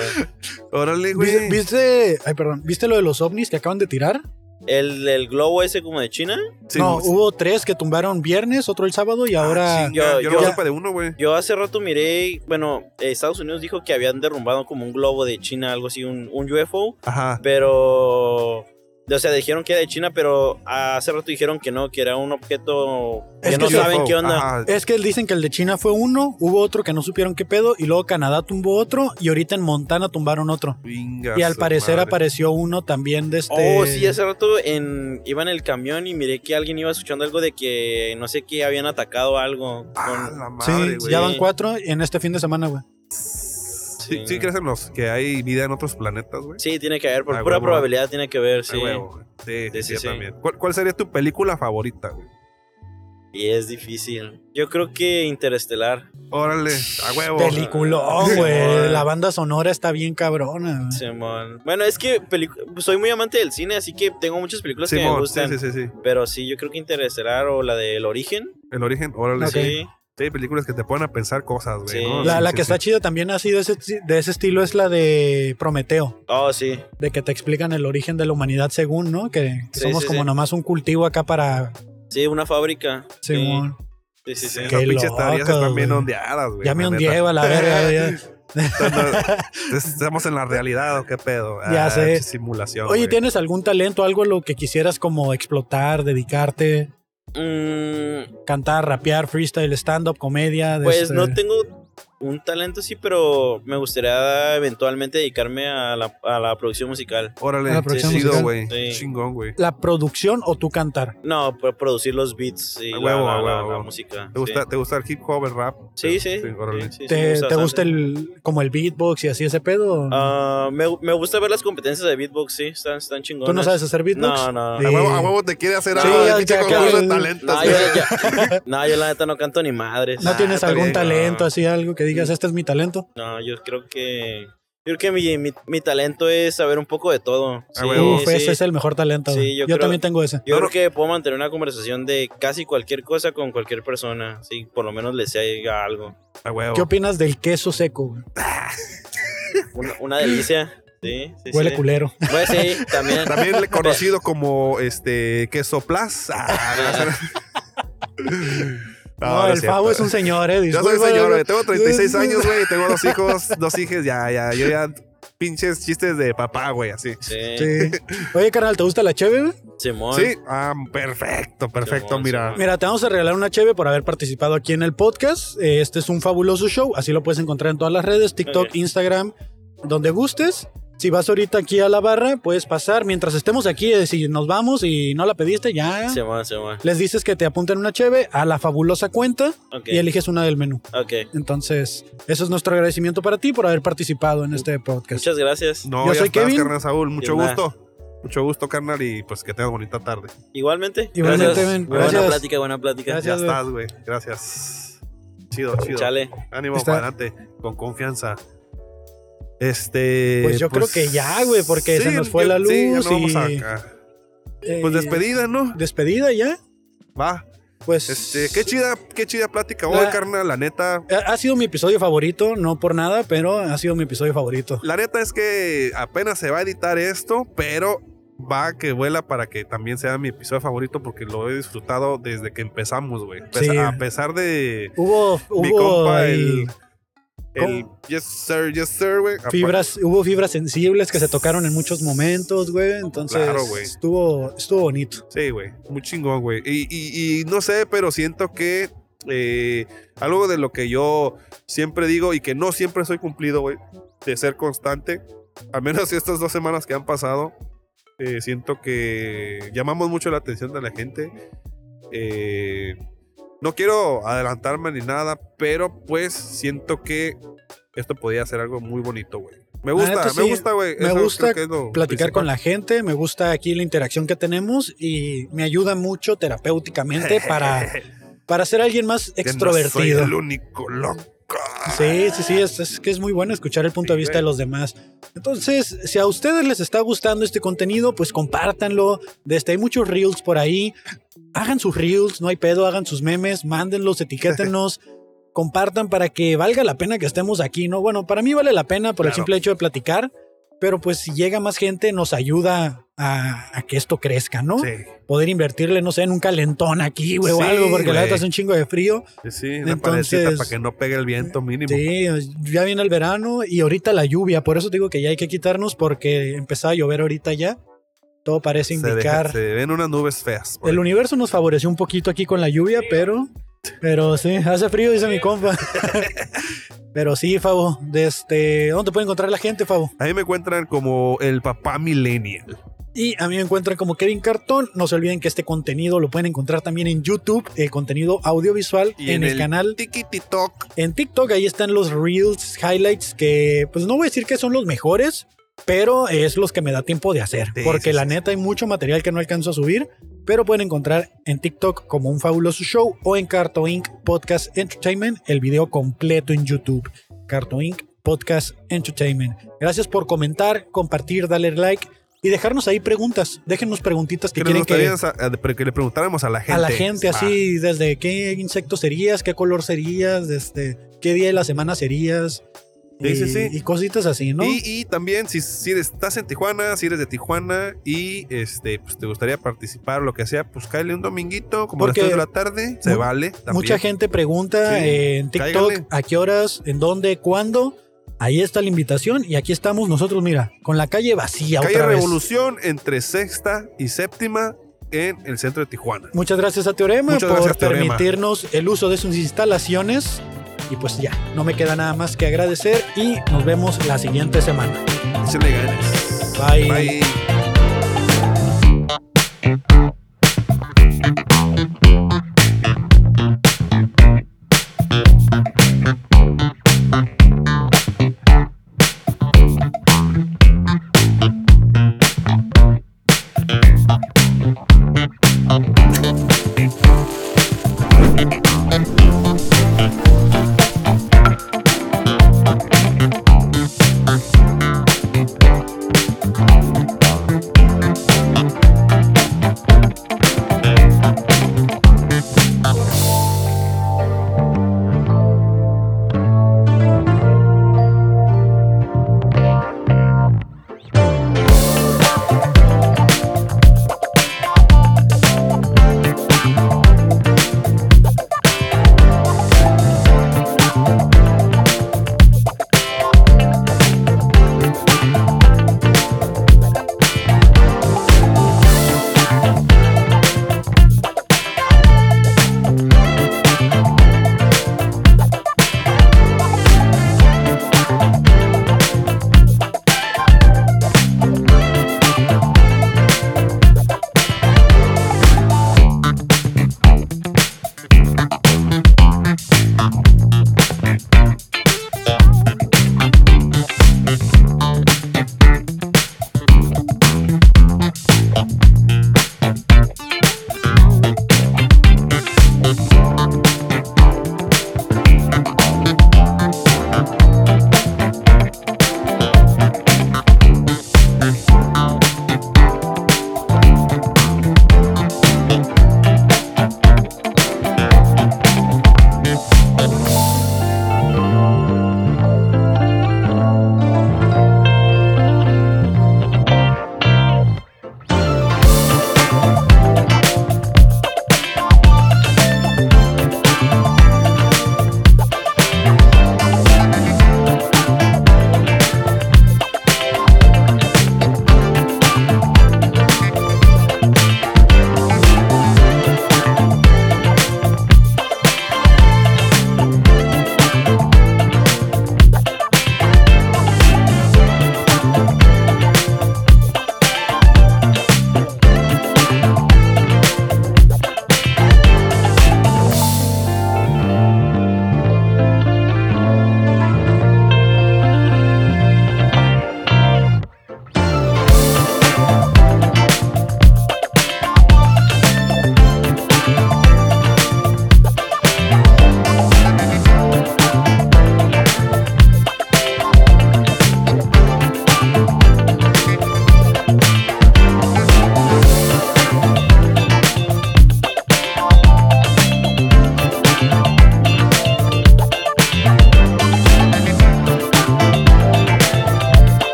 A: Órale,
C: ¿Viste,
A: güey.
C: viste- ay, perdón, ¿viste lo de los ovnis que acaban de tirar?
F: El, el globo ese como de China.
A: Sí,
C: no,
A: sí.
C: hubo tres que tumbaron viernes, otro el sábado y ahora...
A: Ah, chinga, yo,
F: yo-
A: no
F: ya-
A: supe de uno, güey.
F: Yo hace rato miré, bueno, eh, Estados Unidos dijo que habían derrumbado como un globo de China, algo así, un, un UFO,
A: Ajá.
F: pero... O sea, dijeron que era de China, pero hace rato dijeron que no, que era un objeto que
C: Es
F: no
C: que
F: saben
A: UFO,
F: qué onda.
A: ajá.
C: Es que dicen que el de China fue uno, hubo otro que no supieron qué pedo y luego Canadá tumbó otro y ahorita en Montana tumbaron otro.
A: Venga,
C: Y al
A: su
C: parecer
A: madre.
C: apareció uno también de este...
F: Oh, sí, hace rato en, iba en el camión y miré que alguien iba escuchando algo de que no sé qué habían atacado algo. con-
A: Ah, la
C: Sí,
A: madre, güey.
C: ya van cuatro en este fin de semana, güey.
A: Sí, sí crees en los que hay vida en otros planetas, güey.
F: sí, tiene que haber, por
A: Ah,
F: pura
A: huevo.
F: probabilidad tiene que ver, sí.
A: Ah, huevo, güey. Sí, sí,
F: Sí, sí,
A: yo
F: sí.
A: también. ¿Cuál, cuál sería tu película favorita, güey?
F: y es difícil. Yo creo que Interestelar.
A: Órale, a huevo.
C: Peliculón, güey.
F: Simón.
C: La banda sonora está bien cabrona. güey.
F: Simón. Bueno, es que pelic- soy muy amante del cine, así que tengo muchas películas que me
A: Simón, sí,
F: gustan.
A: sí, sí, sí.
F: Pero sí, yo creo que Interestelar o la del origen.
A: El origen, órale.
C: Ok.
A: sí.
F: Sí.
A: Sí, películas que te ponen a pensar cosas, güey.
F: Sí.
A: ¿no?
C: La,
A: Sí,
C: la
A: sí, sí.
C: que está chida también ha sido ese- de ese estilo es la de Prometeo,
F: Oh, sí.
C: de que te explican el origen de la humanidad según, ¿no? Que
F: Sí,
C: somos
F: sí,
C: como
F: sí.
C: nomás un cultivo acá para...
F: Sí, una fábrica. Sí.
C: Simón.
F: Sí, sí, sí.
A: Esas
C: Qué
A: pinches teorías
C: loco,
A: están bien
C: güey.
A: ondeadas, güey.
C: ya me
A: la neta.
C: hundieva la verga. ya.
A: Estamos en la realidad, ¿o qué pedo? Ah,
C: Ya sé.
A: pinche Simulación.
C: Oye,
A: güey.
C: ¿tienes algún talento, algo a lo que quisieras como explotar, dedicarte,
F: Mm,
C: cantar, rapear, freestyle, stand-up, comedia? de
F: pues
C: este-
F: no tengo un talento así, pero me gustaría eventualmente dedicarme a la, a la producción musical.
A: Órale,
C: a la
A: qué
C: producción
A: chido,
C: musical.
A: güey.
F: Sí.
A: Chingón, güey.
C: ¿La producción o tú cantar?
F: No, pro- producir los beats y
A: A
F: la,
A: huevo,
F: la-
A: a
F: la-
A: huevo, a
F: la
A: huevo.
F: música.
A: ¿Te gusta, ¿Te gusta el hip hop, el rap?
F: Sí, sí. sí,
A: órale.
F: sí, sí, sí, me
C: ¿Te, te gusta
F: bastante.
C: el como el beatbox y así ese pedo?
F: Ah, me, me gusta ver las competencias de beatbox, sí, están, están chingones.
C: ¿Tú no sabes hacer beatbox?
F: No, no.
A: A
C: Sí.
A: huevo, a huevo te quiere hacer
C: Sí,
A: algo de
C: ya-
A: pinche
C: ya-
A: concurso de
C: ya-
A: talentos.
F: No, yo,
A: güey.
F: yo- no, yo la neta no canto ni madres.
C: ¿No
A: Ah,
C: tienes
A: está
C: algún
A: bien,
C: talento,
F: no.
C: así algo que digas, este es mi talento?
F: No, yo creo que. Yo creo que mi, mi- mi talento es saber un poco de todo.
A: A
F: Sí,
A: huevo.
C: Uf, ese
F: sí.
C: es el mejor talento.
F: Sí,
C: güey.
F: yo
C: yo
F: creo-
C: también tengo ese.
F: Yo
A: No, no.
F: creo que puedo mantener una conversación de casi cualquier cosa con cualquier persona. Sí, por lo menos le sea algo.
A: A huevo.
C: ¿Qué opinas del queso seco? güey?
F: Una, una delicia. Sí, sí.
C: Huele
F: sí.
C: culero.
F: Pues sí, también.
A: También le conocido como este queso Ah, plaza.
C: No, el Favo es un señor, eh.
A: Yo soy
C: disculpa,
A: señor, güey.
C: güey.
A: Tengo 36 años, güey. y Tengo dos hijos, dos hijas. Ya, ya. Yo ya. Pinches chistes de papá, güey. Así.
F: Sí,
C: Sí. Oye, carnal, ¿te gusta la cheve? güey?
F: Simón.
A: Sí. Ah, perfecto, perfecto.
F: Simón,
A: Mira.
F: Simón.
C: Mira, te vamos a regalar una cheve por haber participado aquí en el podcast. Eh, Este es un fabuloso show, así lo puedes encontrar en todas las redes, TikTok,
F: Ok.
C: Instagram, donde gustes. Si vas ahorita aquí a la barra, puedes pasar. Mientras estemos aquí, eh, si nos vamos y no la pediste, ya
F: Simón, Simón.
C: les dices que te apunten una cheve a la fabulosa cuenta
F: Ok.
C: y eliges una del menú.
F: ok.
C: Entonces, eso es nuestro agradecimiento para ti por haber participado en este podcast.
F: Muchas gracias.
A: No,
C: Yo
A: ya
C: soy
A: estás,
C: Kevin.
A: carnal Saúl. Mucho
F: Yo nada.
A: gusto. Mucho gusto, carnal. Y pues que tengas bonita tarde.
F: Igualmente.
C: Igualmente,
F: Gracias.
C: Ben.
F: Buena
C: Gracias.
F: plática, buena plática.
C: Gracias.
A: Ya
C: güey.
A: estás, güey. Gracias. Chido, chido.
F: Chale.
A: Ánimo,
C: Está-
A: para adelante. Con confianza. Este.
C: Pues yo creo que ya, güey, porque se nos fue
A: yo-
C: la luz
A: ya no vamos
C: y-
A: acá.
C: Eh,
A: Pues despedida, ¿no?
C: despedida ya.
A: Va.
C: Pues
A: Este, qué chida, qué chida plática hoy,
C: La-
A: carnal. La neta.
C: Ha ha sido mi episodio favorito, no por nada, pero ha sido mi episodio favorito.
A: La neta es que apenas se va a editar esto, pero va que vuela para que también sea mi episodio favorito porque lo he disfrutado desde que empezamos, güey. Pesa-
C: Sí.
A: A pesar de
C: Hubo,
A: mi
C: hubo
A: compa,
C: ahí
A: el, el Yes Sir, Yes Sir, güey. apa-
C: fibras, hubo fibras sensibles que se tocaron en muchos momentos, güey. Entonces
A: Claro, güey.
C: estuvo, estuvo bonito.
A: Sí, güey. Muy chingón, güey. Y, y- y no sé, pero siento que eh, algo de lo que yo siempre digo y que no siempre soy cumplido, güey, de ser constante, al menos estas dos semanas que han pasado, eh, siento que llamamos mucho la atención de la gente. Eh, no quiero adelantarme ni nada, pero pues siento que esto podía ser algo muy bonito, güey. Me gusta,
C: neta,
A: me
C: sí.
A: gusta, güey.
C: Me
A: Eso
C: gusta
A: creo que es lo
C: Platicar
A: principal.
C: con la gente, me gusta aquí la interacción que tenemos y me ayuda mucho terapéuticamente para, para ser alguien más
A: Que no soy
C: extrovertido.
A: el único loco.
C: Sí, sí, sí, es, es que es muy bueno escuchar el punto
A: Sí,
C: de vista
A: güey.
C: de los demás. Entonces, si a ustedes les está gustando este contenido, pues compártanlo. Desde hay muchos reels por ahí. Hagan sus reels, no hay pedo, hagan sus memes, mándenlos, etiquétenos, compartan para que valga la pena que estemos aquí, ¿no? Bueno, para mí vale la pena por el
A: Claro.
C: simple hecho de platicar, pero pues si llega más gente nos ayuda a, a que esto crezca, ¿no?
A: Sí,
C: Poder invertirle, no sé, en un calentón aquí, güey,
A: Sí,
C: o algo, porque la
A: güey.
C: neta hace un chingo de frío.
A: sí, Eh, sí, una
C: Entonces- eh,
A: paletita para que no pegue el viento mínimo.
C: Sí, ya viene el verano y ahorita la lluvia, por eso te digo que ya hay que quitarnos porque empezaba a llover ahorita ya. Todo parece
A: se, deja-
C: indicar.
A: se ven unas nubes feas. por
C: El
A: ahí.
C: universo nos favoreció un poquito aquí con la lluvia, pero pero sí, hace frío, dice mi compa. pero sí, Favo, desde ¿dónde puede encontrar la gente, Favo?
A: A mí me encuentran como el papá millennial.
C: Y a mí me encuentran como Kevin Cartón. No se olviden que este contenido lo pueden encontrar también en YouTube, el contenido audiovisual
A: Y
C: en,
A: en
C: el,
A: el
C: canal.
A: Tiki TikTok.
C: En TikTok ahí están los reels, highlights, que pues no voy a decir que son los mejores, pero es los que me da tiempo de hacer.
A: Sí,
C: porque
A: sí,
C: la
A: sí,
C: neta hay mucho material que no alcanzo a subir, pero pueden encontrar en TikTok como un fabuloso show o en Carto Inc. Podcast Entertainment, el video completo en YouTube. Carto Inc. Podcast Entertainment. Gracias por comentar, compartir, darle like. y dejarnos ahí preguntas. Déjenos preguntitas que,
A: Que, nos
C: quieren que,
A: gustaría sa- ah, de- pero que le preguntáramos a la gente.
C: a la gente
A: Ah,
C: así, desde qué insecto serías, qué color serías, desde qué día de la semana serías.
A: Sí,
C: y,
A: sí, sí.
C: y cositas así, ¿no?
A: Y, y también, si, si estás en Tijuana, si eres de Tijuana y este pues te gustaría participar, lo que sea, pues cáele un dominguito, como
C: Porque
A: a las 3 de la tarde, se
C: mu-
A: vale. también.
C: Mucha gente pregunta
A: Sí,
C: eh, en TikTok
A: cáigale.
C: a qué horas, en dónde, cuándo. Ahí está la invitación y aquí estamos nosotros, mira, con la calle vacía
A: Calle
C: otra vez.
A: Revolución entre sexta y séptima en el centro de Tijuana.
C: Muchas gracias a Teorema
A: Muchas
C: por
A: gracias, Teorema.
C: permitirnos el uso de sus instalaciones. Y pues ya, no me queda nada más que agradecer y nos vemos la siguiente semana.
A: Se le ganas.
C: Bye.
A: Bye.